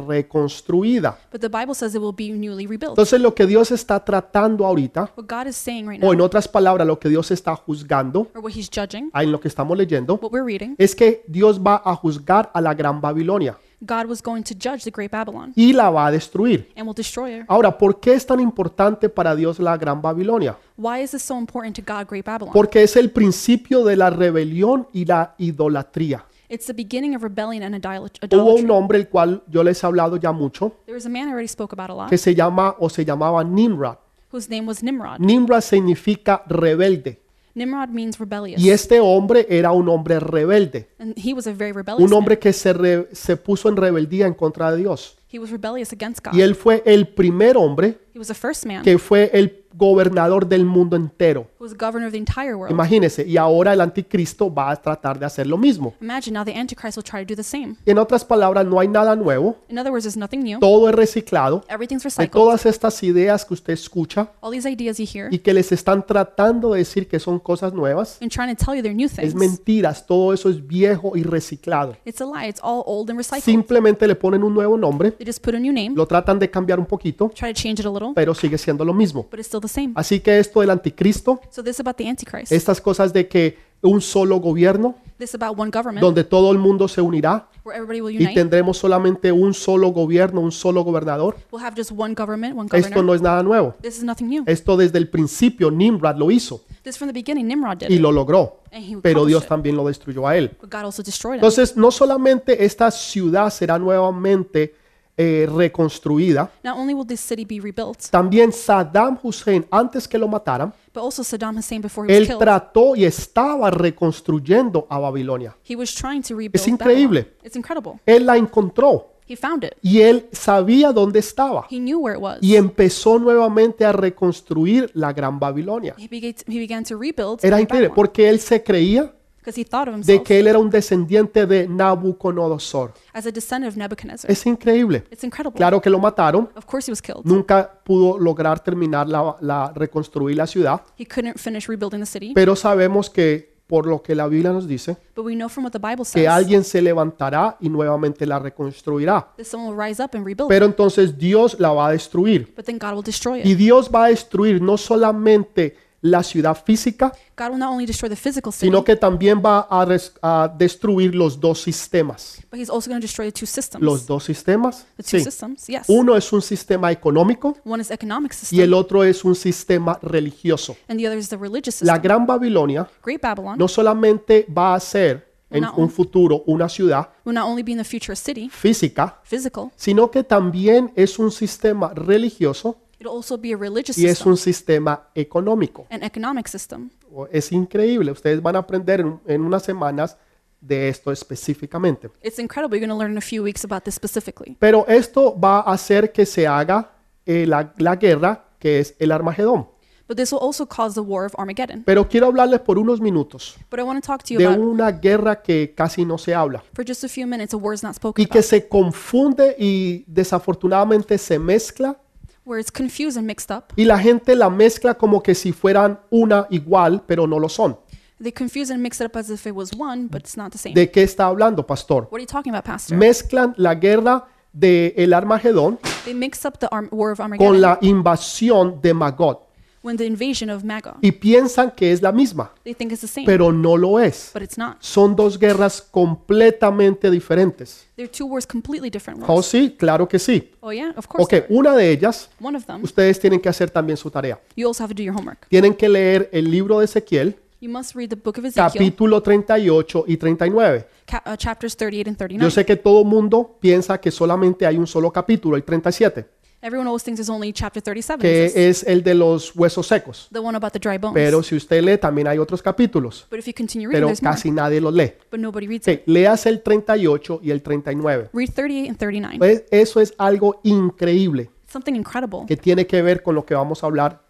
S1: reconstruida.
S2: But the Bible says it will be newly rebuilt.
S1: Entonces lo que Dios está tratando ahorita,
S2: What God is saying right now,
S1: o en otras palabras, lo que Dios está juzgando,
S2: or what He's judging,
S1: en lo que estamos leyendo,
S2: what we're reading,
S1: es que Dios va a juzgar a la gran Babilonia
S2: God was going to judge the great Babylon
S1: y la va a destruir.
S2: and will destroy her.
S1: Ahora, ¿por qué es tan importante para Dios la gran Babilonia?
S2: Why is this so important to God, great Babylon?
S1: Porque es el principio de la rebelión y la idolatría.
S2: It's the beginning of rebellion and idol-
S1: Hubo un
S2: idolatry.
S1: hombre el cual yo les he hablado ya mucho,
S2: There was a man I already spoke about a lot
S1: que se llama o se llamaba Nimrod.
S2: whose name was Nimrod.
S1: Nimrod significa rebelde.
S2: Nimrod means rebellious.
S1: Y este hombre era un hombre rebelde,
S2: And he was a very rebellious
S1: un
S2: man.
S1: hombre que se, re- se puso en rebeldía en contra de Dios.
S2: He was rebellious against God.
S1: Y él fue el primer hombre
S2: He was the first man
S1: que fue el gobernador del mundo entero.
S2: who was governor of the entire world.
S1: Imagínense, y ahora el anticristo va a tratar de hacer lo mismo.
S2: Imagine now the Antichrist will try to do the same.
S1: En otras palabras, no hay nada nuevo,
S2: In other words, there's nothing new.
S1: todo es reciclado.
S2: Everything's
S1: De
S2: recycled.
S1: todas estas ideas que usted escucha
S2: All these ideas you hear
S1: y que les están tratando de decir que son cosas nuevas,
S2: and trying to tell you they're new
S1: es
S2: things.
S1: mentiras, todo eso es viejo y reciclado.
S2: It's a lie. It's all old and recycled.
S1: Simplemente le ponen un nuevo nombre,
S2: They just put a new name,
S1: lo tratan de cambiar un poquito,
S2: try to change it a little,
S1: pero sigue siendo lo mismo.
S2: but it's still the same.
S1: Así que esto del anticristo,
S2: So this about the Antichrist.
S1: estas cosas de que un solo gobierno
S2: This about one government
S1: donde todo el mundo se unirá
S2: where everybody will
S1: y
S2: unite.
S1: tendremos solamente un solo gobierno, un solo gobernador,
S2: We'll have just one government, one
S1: esto
S2: governor.
S1: no es nada nuevo.
S2: This is nothing new.
S1: Esto desde el principio Nimrod lo hizo
S2: This from the beginning, Nimrod did
S1: y
S2: it.
S1: lo logró,
S2: And he
S1: pero
S2: accomplished
S1: Dios
S2: it.
S1: también lo destruyó a él.
S2: But God also destroyed him.
S1: Entonces, no solamente esta ciudad será nuevamente eh, reconstruida,
S2: Not only will this city be rebuilt,
S1: también Saddam Hussein, antes que lo mataran,
S2: but also Saddam Hussein before he was
S1: él
S2: killed.
S1: trató y estaba reconstruyendo a Babilonia.
S2: He was trying to rebuild
S1: increíble.
S2: Babylon. It's incredible.
S1: Él la encontró
S2: He found it.
S1: y él sabía dónde estaba
S2: He knew where it was.
S1: y empezó nuevamente a reconstruir la Gran Babilonia.
S2: He began to, he began to rebuild
S1: Era increíble porque él se creía
S2: because he thought of
S1: de
S2: himself
S1: que él era un descendiente de Nabucodonosor.
S2: as a descendant of Nebuchadnezzar.
S1: Es increíble.
S2: It's incredible.
S1: Claro que lo mataron,
S2: Of course, he was killed.
S1: nunca pudo lograr terminar la, la- reconstruir la ciudad,
S2: He couldn't finish rebuilding the city,
S1: pero sabemos que por lo que la Biblia nos dice,
S2: But we know from what the
S1: que
S2: Bible says
S1: alguien se levantará y nuevamente la reconstruirá.
S2: that someone will rise up and rebuild.
S1: Pero entonces Dios la va a destruir.
S2: But then God will destroy
S1: Y
S2: it.
S1: Dios va a destruir no solamente la ciudad física,
S2: God will not only destroy the physical city,
S1: sino que también va a, res- a destruir los dos sistemas.
S2: but He's also going to destroy the two systems.
S1: Los dos sistemas.
S2: the two
S1: Sí.
S2: systems, yes.
S1: Uno es un sistema económico
S2: One is economic system,
S1: y el otro es un sistema religioso.
S2: and the other is the religious system.
S1: La Gran Babilonia
S2: Great Babylon
S1: no solamente va a ser en un futuro una ciudad
S2: will not only be in the future a city,
S1: física,
S2: physical,
S1: sino que también es un sistema religioso
S2: it'll also be a religious
S1: y es
S2: system,
S1: un sistema económico.
S2: an economic system.
S1: O- Es increíble, ustedes van a aprender en, en unas semanas de esto específicamente.
S2: It's incredible. You're going to learn in a few weeks about this specifically.
S1: Pero esto va a hacer que se haga eh, la, la guerra que es el Armagedón.
S2: But this will also cause the War of Armageddon.
S1: Pero quiero hablarles por unos minutos
S2: But I want to talk to you
S1: de
S2: about,
S1: una guerra que casi no se habla
S2: for just a few minutes, a war is not spoken
S1: y que
S2: about,
S1: se confunde y desafortunadamente se mezcla
S2: where it's confused and mixed up.
S1: y la gente la mezcla como que si fueran una igual, pero no lo son.
S2: They confuse and mix it up as if it was one, but it's not the same.
S1: ¿De qué está hablando, pastor?
S2: What are you talking about, Pastor?
S1: Mezclan la guerra del el Armagedón
S2: They mix up the Arm- War of
S1: con
S2: Armageddon
S1: la invasión de Magog
S2: when the invasion of Magog.
S1: y piensan que es la misma,
S2: They think it's the same,
S1: pero no lo es.
S2: but it's not.
S1: Son dos guerras completamente diferentes.
S2: They're two wars completely different
S1: ¿Oh
S2: wars.
S1: sí? Claro que sí.
S2: Oh yeah, of course.
S1: Ok, una de ellas,
S2: One of them.
S1: ustedes tienen que hacer también su tarea.
S2: You also have to do your homework.
S1: Tienen que leer el libro de Ezequiel,
S2: You must read the book of Ezekiel,
S1: capítulo 38 y 39.
S2: ca- uh, chapters 38 and 39.
S1: Yo sé que todo mundo piensa que solamente hay un solo capítulo, el 37,
S2: Everyone always thinks it's only chapter 37.
S1: que
S2: It's this-
S1: es el de los huesos secos.
S2: the one about the dry bones.
S1: Pero si usted lee, también hay otros capítulos,
S2: but if you continue reading,
S1: pero
S2: there's more.
S1: casi nadie los lee.
S2: But nobody reads it.
S1: Ok, leas el 38 y el 39.
S2: Read 38 and 39.
S1: Pues eso es algo increíble
S2: It's something incredible.
S1: que tiene que ver con lo que vamos a hablar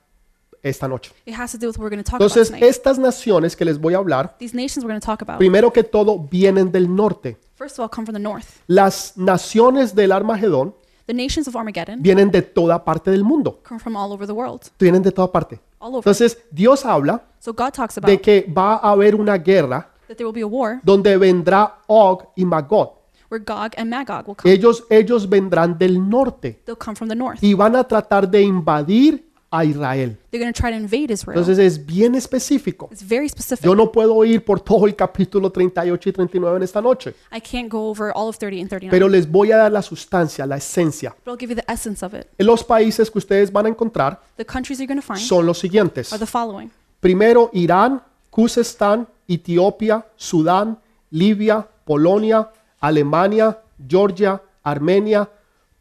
S1: esta noche.
S2: It has to do with what we're going to talk
S1: Entonces,
S2: about tonight.
S1: estas naciones que les voy a hablar,
S2: These nations we're going to talk about,
S1: primero que todo, vienen del norte.
S2: first of all, come from the north.
S1: Las naciones del Armagedón
S2: The nations of Armageddon
S1: vienen de toda parte del mundo.
S2: come from all over the world,
S1: Vienen de toda parte.
S2: all over.
S1: Entonces, Dios habla
S2: So God talks about
S1: de que va a haber una guerra
S2: that there will be a war
S1: donde vendrá Og y Magog.
S2: where Gog and Magog will come.
S1: Ellos, ellos vendrán del norte
S2: They'll come from the north.
S1: y van a tratar de invadir a Israel.
S2: They're going to try to invade Israel.
S1: Entonces, es bien específico.
S2: it's very specific.
S1: Yo no puedo ir por todo el capítulo 38 y 39 en esta noche,
S2: I can't go over all of 30 and 39,
S1: pero les voy a dar la sustancia, la esencia.
S2: but I'll give you the essence of it.
S1: Los países que ustedes van a encontrar
S2: The countries you're going to find
S1: son los siguientes.
S2: are the following.
S1: Primero, Irán, Kuzestán, Etiopía, Sudán, Libia, Polonia, Alemania, Georgia, Armenia,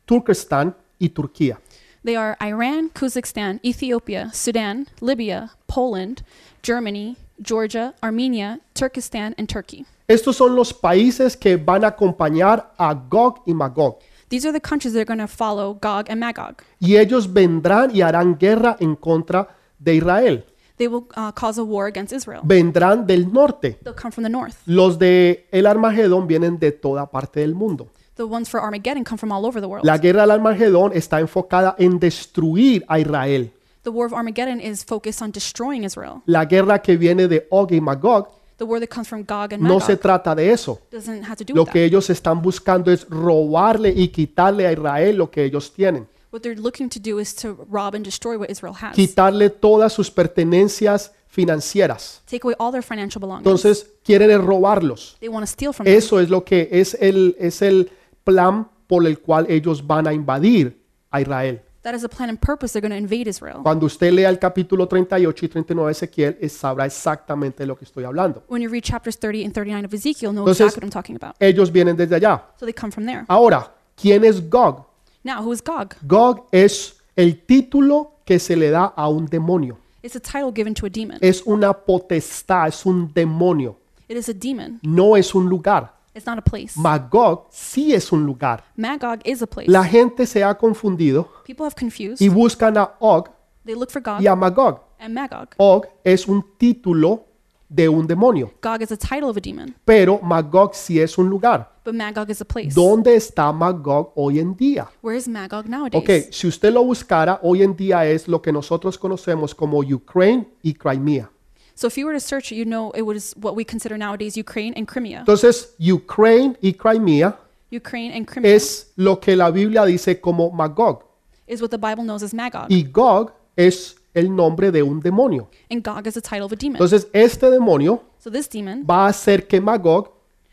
S1: Turkestán y Turquía.
S2: They are Iran, Kazakhstan, Ethiopia, Sudan, Libya, Poland, Germany, Georgia, Armenia, Turkestan, and Turkey.
S1: Estos son los países que van a acompañar a Gog y Magog.
S2: These are the countries that are going to follow Gog and Magog.
S1: Y ellos vendrán y harán guerra en contra de Israel.
S2: They will uh, cause a war against Israel.
S1: Vendrán del norte.
S2: They'll come from the north.
S1: Los de el Armagedón vienen de toda parte del mundo.
S2: The ones for Armageddon come from all over the world.
S1: La guerra del Armagedón está enfocada en destruir a Israel.
S2: The war of Armageddon is focused on destroying Israel.
S1: La guerra que viene de Og y Magog
S2: The war that comes from Gog and
S1: no
S2: Magog
S1: se trata de eso.
S2: doesn't have to do
S1: Lo
S2: with that.
S1: que ellos están buscando es robarle y quitarle a Israel lo que ellos tienen.
S2: What they're looking to do is to rob and destroy what Israel has.
S1: Quitarle todas sus pertenencias financieras.
S2: Take away all their financial belongings.
S1: Entonces quieren es robarlos.
S2: they want to steal from them.
S1: Eso es lo que es el, es el plan por el cual ellos van a invadir a Israel.
S2: That is the plan and purpose. They're going to invade Israel.
S1: Cuando usted lea el capítulo 38 y 39 de Ezequiel, eh, sabrá exactamente de lo que estoy hablando.
S2: When you read chapters 30 and 39 of Ezekiel, know
S1: Entonces-
S2: exactly what I'm talking about.
S1: Ellos vienen desde allá.
S2: So they come from there.
S1: Ahora, ¿quién es Gog?
S2: Now, who is Gog?
S1: Gog es el título que se le da a un demonio.
S2: It's a title given to a demon.
S1: Es una potestad, es un demonio.
S2: It is a demon.
S1: No es un lugar.
S2: It's not a place.
S1: Magog sí es un lugar.
S2: Magog is a place.
S1: La gente se ha confundido
S2: People have confused.
S1: y buscan a Og
S2: They look for Gog
S1: y a Magog.
S2: and Magog.
S1: Og es un título de un demonio,
S2: Gog is a title of a demon,
S1: pero Magog sí es un lugar.
S2: but Magog is a place.
S1: ¿Dónde está Magog hoy en día?
S2: Where is Magog nowadays?
S1: Ok, si usted lo buscara, hoy en día es lo que nosotros conocemos como Ukraine y Crimea.
S2: So if you were to search it, you know it was what we consider nowadays Ukraine and Crimea.
S1: Entonces, Ukraine y Crimea
S2: Ukraine and Crimea
S1: es lo que la Biblia dice como Magog.
S2: is what the Bible knows as Magog,
S1: Y Gog es el nombre de un demonio.
S2: and Gog is the title of a demon.
S1: Entonces, este demonio
S2: So this demon
S1: va a hacer que Magog,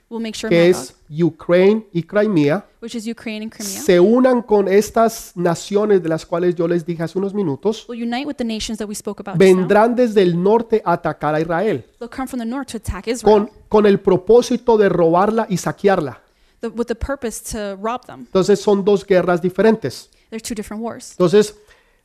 S2: will make sure
S1: que
S2: Magog,
S1: es Ukraine y Crimea,
S2: which is Ukraine and Crimea,
S1: se unan con estas naciones de las cuales yo les dije hace unos minutos,
S2: will unite with the nations that we spoke about just now.
S1: vendrán desde el norte a atacar a Israel,
S2: They'll come from the north to attack Israel
S1: con, con el propósito de robarla y saquearla.
S2: the, with the purpose to rob them.
S1: Entonces son dos guerras diferentes.
S2: They're two different wars.
S1: Entonces,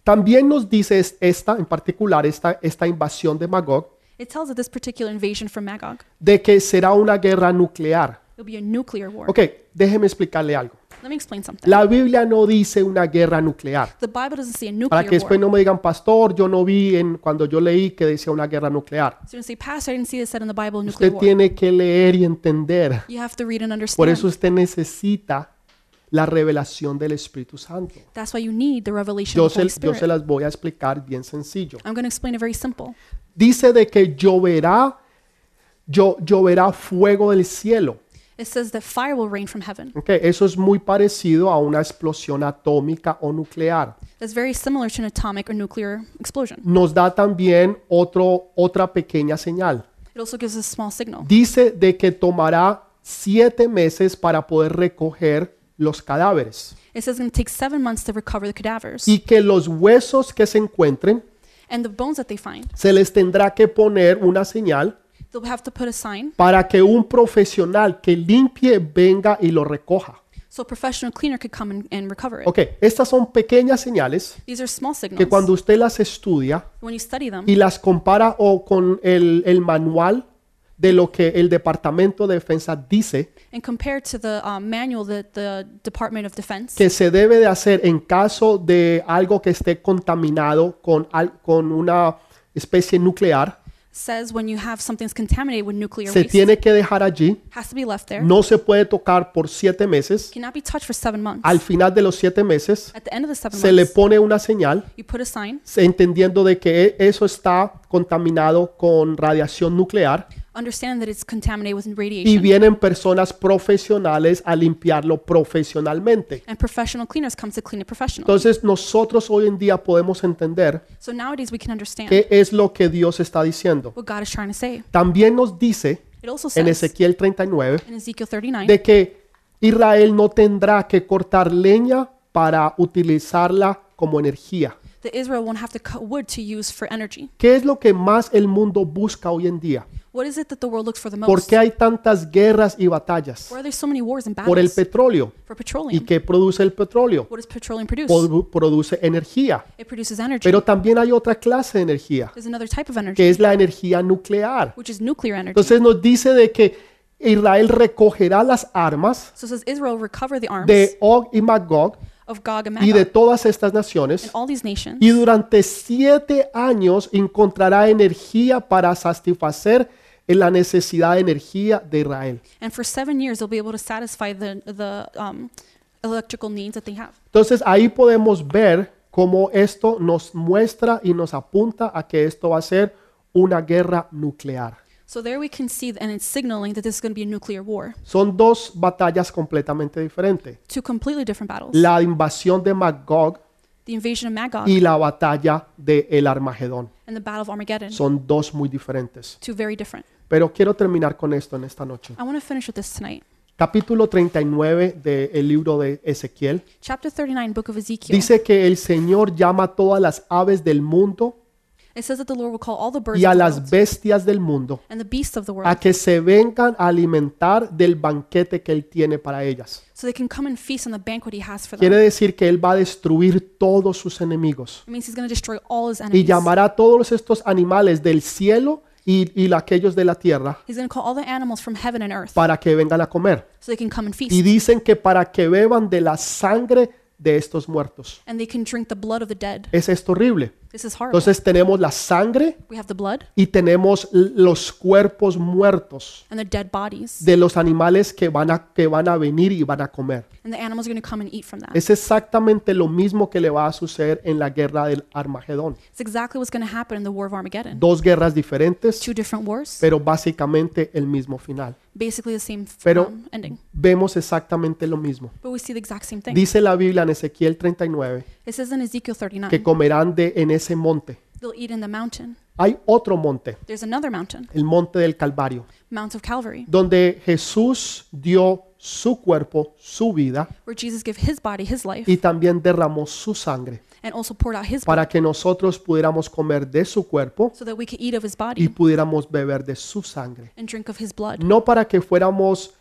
S1: también nos dice es- esta, en particular, esta, esta invasión de Magog,
S2: It tells of this particular invasion from Magog.
S1: de que será una guerra nuclear.
S2: It'll be a nuclear war.
S1: Ok, déjeme explicarle algo.
S2: Let me explain something.
S1: La Biblia no dice una guerra nuclear.
S2: the Bible doesn't say a
S1: Para
S2: nuclear
S1: que
S2: war.
S1: después no me digan, pastor, yo no vi en, cuando yo leí que decía una guerra nuclear.
S2: So you say, Pastor, I didn't see it said in the Bible nuclear
S1: Usted
S2: war.
S1: tiene que leer y entender.
S2: You have to read and
S1: Por
S2: understand.
S1: eso usted necesita la revelación del Espíritu Santo.
S2: That's why you need the revelation
S1: Yo
S2: of the
S1: se,
S2: Holy
S1: yo
S2: Spirit.
S1: se las voy a explicar bien sencillo.
S2: I'm going to explain it very simple.
S1: Dice de que lloverá, yo, lloverá fuego del cielo.
S2: It says that fire will rain from heaven.
S1: Ok, Eso es muy parecido a una explosión atómica o nuclear.
S2: That's very similar to an atomic or nuclear explosion.
S1: Nos da también otro, otra pequeña señal.
S2: It also gives us a small signal.
S1: Dice de que tomará siete meses para poder recoger los cadáveres
S2: It says it's going to take seven months to recover the cadavers.
S1: y que los huesos que se encuentren
S2: And the bones that they find,
S1: se les tendrá que poner una señal
S2: they'll have to put a sign
S1: para que un profesional que limpie venga y lo recoja.
S2: so a professional cleaner could come and, and recover it.
S1: Ok, estas son pequeñas señales
S2: These are small signals.
S1: que cuando usted las estudia
S2: when you study them,
S1: y las compara o con el, el manual de lo que el Departamento de Defensa dice
S2: and compared to the um, manual that the Department of Defense
S1: que se debe de hacer en caso de algo que esté contaminado con, al- con una especie nuclear,
S2: says when you have something's contaminated with nuclear
S1: se
S2: waste,
S1: tiene que dejar allí,
S2: has to be left there,
S1: no se puede tocar por siete meses,
S2: cannot be touched for seven months.
S1: al final de los siete meses
S2: At the end of the seven
S1: se le
S2: months,
S1: pone una señal
S2: you put a sign
S1: se- entendiendo de que e- eso está contaminado con radiación nuclear
S2: understand that it's contaminated with
S1: y
S2: radiation
S1: vienen personas profesionales a limpiarlo profesionalmente.
S2: and professional cleaners come to clean it professionally.
S1: Entonces nosotros hoy en día podemos entender
S2: So nowadays we can understand
S1: qué es lo que Dios está diciendo.
S2: what God is trying to say.
S1: También nos dice
S2: It also
S1: en
S2: says
S1: Ezequiel 39
S2: in Ezekiel 39
S1: de que Israel no tendrá que cortar leña para utilizarla como energía.
S2: that Israel won't have to cut wood to use for energy.
S1: ¿Qué es lo que más el mundo busca hoy en día?
S2: What is it that the world looks for the
S1: ¿Por
S2: most?
S1: qué hay tantas guerras y batallas?
S2: Why are there so many wars and
S1: por el
S2: battles
S1: petróleo.
S2: for
S1: ¿Y
S2: petroleum?
S1: qué produce el petróleo?
S2: What does petroleum produce?
S1: Produ- Produce energía.
S2: It produces energy.
S1: Pero también hay otra clase de energía,
S2: There's another type of energy,
S1: que es la energía nuclear.
S2: which is nuclear energy. So
S1: Entonces nos dice de que Israel recogerá las armas
S2: it says Israel recover the arms
S1: de Og y Magog
S2: of Gog and
S1: y de
S2: Magog
S1: todas estas
S2: and
S1: naciones
S2: all these nations,
S1: y durante siete años encontrará energía para satisfacer en la necesidad de energía de Israel.
S2: and for seven years they'll be able to satisfy the the um, electrical needs that they have.
S1: Entonces ahí podemos ver cómo esto nos muestra y nos apunta a que esto va a ser una guerra nuclear.
S2: So there we can see, and it's signaling that this is going to be a nuclear war.
S1: Son dos batallas completamente diferentes.
S2: Two completely different battles:
S1: La invasión de Magog
S2: the invasion of Magog
S1: y la batalla de El Armagedón.
S2: and the Battle of Armageddon.
S1: Son dos muy diferentes.
S2: Two very different.
S1: Pero quiero terminar con esto en esta noche.
S2: I want to finish with this tonight.
S1: Capítulo 39 del libro de Ezequiel
S2: Chapter 39, Book of Ezekiel.
S1: dice que el Señor llama a todas las aves del mundo
S2: it says that the Lord will call all the birds
S1: y a
S2: of the
S1: las
S2: world
S1: bestias del mundo
S2: and the beasts of the world,
S1: a que se vengan a alimentar del banquete que él tiene para ellas.
S2: so they can come and feast on the banquet He has for them.
S1: Quiere decir que él va a destruir todos sus enemigos
S2: It means He's going to destroy all His
S1: y
S2: enemies.
S1: llamará a todos estos animales del cielo y, y la- aquellos de la tierra
S2: He's going to call all the animals from heaven and earth,
S1: para que vengan a comer.
S2: so they can come and feast,
S1: Y dicen que para que beban de la sangre de estos muertos.
S2: and they can drink the blood of the dead.
S1: ¿Es esto horrible?
S2: This is horrible.
S1: Entonces tenemos la sangre
S2: we have the blood
S1: y tenemos l- los cuerpos muertos
S2: and the dead bodies,
S1: de los animales que van a, que van a venir y van a comer.
S2: and the animals are going to come and eat from that.
S1: Es exactamente lo mismo que le va a suceder en la guerra del Armagedón.
S2: It's exactly what's going to happen in the War of Armageddon.
S1: Dos guerras diferentes,
S2: Two different wars,
S1: pero básicamente el mismo final.
S2: basically the same f-
S1: Pero-
S2: um, ending.
S1: Vemos exactamente lo mismo.
S2: But we see the exact same thing.
S1: Dice la Biblia en Ezequiel 39
S2: It says in Ezekiel
S1: que
S2: 39,
S1: comerán de en ese monte.
S2: they'll eat in the mountain.
S1: Hay otro monte,
S2: There's another mountain,
S1: el monte del Calvario,
S2: Mount of Calvary,
S1: donde Jesús dio su cuerpo, su vida
S2: where Jesus gave his body, his life,
S1: y también derramó su sangre
S2: and also poured out his blood
S1: para que nosotros pudiéramos comer de su cuerpo
S2: so that we could eat of his
S1: y
S2: body
S1: pudiéramos beber de su sangre.
S2: and drink of his blood.
S1: No para que fuéramos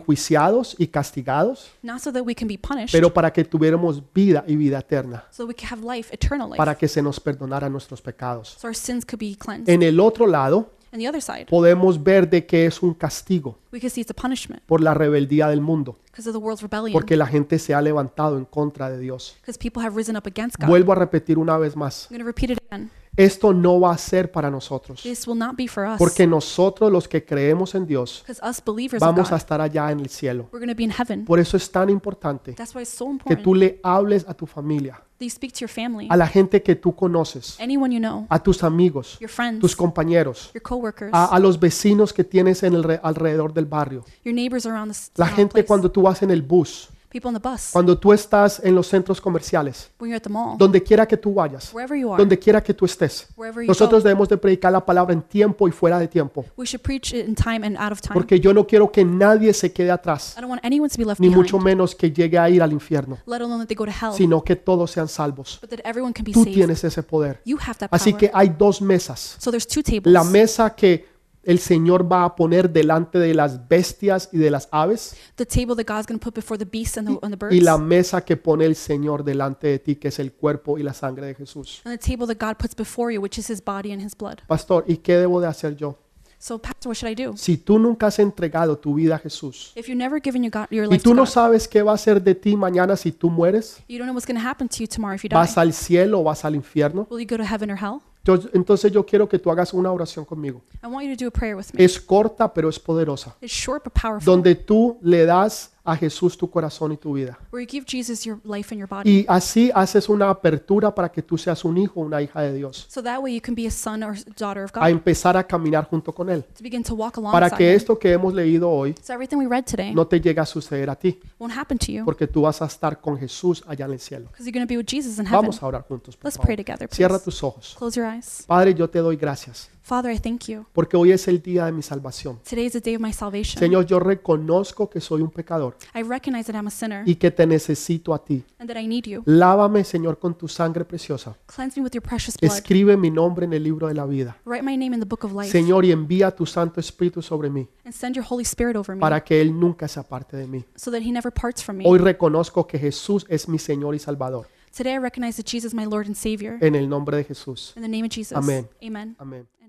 S1: enjuiciados y castigados,
S2: Not so that we can be punished,
S1: pero para que tuviéramos vida y vida eterna,
S2: so that we could have life, eternal life,
S1: para que se nos perdonara nuestros pecados.
S2: so our sins could be cleansed.
S1: En el otro lado
S2: And the other side,
S1: podemos ver de que es un castigo
S2: we could see it's a punishment
S1: por la rebeldía del mundo,
S2: because of the world's rebellion,
S1: porque la gente se ha levantado en contra de Dios.
S2: because people have risen up against God. I'm
S1: Vuelvo a repetir una vez más,
S2: going to repeat it again.
S1: esto no va a ser para nosotros,
S2: This will not be for us,
S1: porque nosotros los que creemos en Dios
S2: because us believers of
S1: vamos a
S2: God,
S1: estar allá en el cielo.
S2: we're going to be in heaven.
S1: Por eso es tan importante
S2: That's why it's so
S1: que
S2: important
S1: tú le hables a tu familia,
S2: that you speak to your family,
S1: a la gente que tú conoces,
S2: anyone you know,
S1: a tus amigos,
S2: your friends,
S1: tus compañeros,
S2: your coworkers,
S1: a, a los vecinos que tienes en el re- alrededor del barrio.
S2: your neighbors around the s-
S1: La
S2: around
S1: gente
S2: place,
S1: cuando tú vas en el bus,
S2: people on the bus,
S1: cuando tú estás en los centros comerciales,
S2: when you're at the mall,
S1: donde quiera que tú vayas,
S2: wherever you are,
S1: donde quiera que tú estés.
S2: wherever you
S1: Nosotros
S2: go,
S1: debemos de predicar la palabra en tiempo y fuera de tiempo,
S2: we should preach it in time and out of time.
S1: porque yo no quiero que nadie se quede atrás,
S2: I don't want anyone to be left
S1: ni
S2: behind,
S1: mucho menos que llegue a ir al infierno,
S2: let alone that they go to hell,
S1: sino que todos sean salvos.
S2: but that everyone can be
S1: Tú
S2: saved.
S1: tienes ese poder.
S2: You have that power.
S1: Así que hay dos mesas.
S2: so there's two tables.
S1: La mesa que el Señor va a poner delante de las bestias y de las aves
S2: the table that God's going to put before the beasts and the, and the birds.
S1: y la mesa que pone el Señor delante de ti, que es el cuerpo y la sangre de Jesús.
S2: and the table that God puts before you, which is his body and his blood.
S1: Pastor, ¿y qué debo de hacer yo?
S2: So, Pastor, what should I do?
S1: Si tú nunca has entregado tu vida a Jesús
S2: If you've never given your, God, your
S1: y
S2: life
S1: tú
S2: to
S1: no
S2: God,
S1: sabes qué va a ser de ti mañana si tú mueres,
S2: you don't know what's going to happen to you tomorrow if you die.
S1: ¿vas al cielo o vas al infierno?
S2: Will you go to heaven or hell?
S1: Yo- entonces yo quiero que tú hagas una oración conmigo.
S2: I want you to do a prayer with me.
S1: Es corta, pero es poderosa.
S2: It's short but powerful.
S1: Eh, Donde tú le das a Jesús tu corazón y tu vida.
S2: where you give Jesus your life and your body.
S1: Y así haces una apertura para que tú seas un hijo o una hija de Dios.
S2: So that way you can be a son or daughter of
S1: A
S2: God
S1: empezar a caminar junto con Él.
S2: to begin to walk
S1: Para
S2: alongside
S1: que
S2: Him.
S1: esto que hemos leído hoy
S2: So everything we read today
S1: no te llegue a suceder a ti.
S2: won't happen to you
S1: Porque tú vas a estar con Jesús allá en el cielo.
S2: because you're going to be with Jesus in heaven.
S1: Vamos a orar juntos. Por
S2: Let's pray
S1: favor.
S2: together,
S1: Cierra
S2: please.
S1: tus ojos.
S2: Close your eyes.
S1: Padre, yo te doy gracias.
S2: Father, I thank you.
S1: Porque hoy es el día de mi salvación.
S2: Today is the day of my salvation.
S1: Señor, yo reconozco que soy un pecador
S2: I recognize that I'm a sinner
S1: y que te necesito a ti.
S2: and that I need you.
S1: Lávame, Señor, con tu sangre preciosa.
S2: Cleanse me with your precious blood.
S1: Escribe mi nombre en el libro de la vida.
S2: Write my name in the book of life
S1: Señor, y envía tu Santo Espíritu sobre mí
S2: and send your Holy Spirit over me
S1: para que Él nunca se aparte de mí.
S2: so that He never parts from
S1: Hoy
S2: me.
S1: reconozco que Jesús es mi Señor y Salvador.
S2: Today I recognize that Jesus is my Lord and Savior.
S1: En el nombre de Jesús.
S2: In the name of Jesus.
S1: Amen.
S2: Amen.
S1: Amén.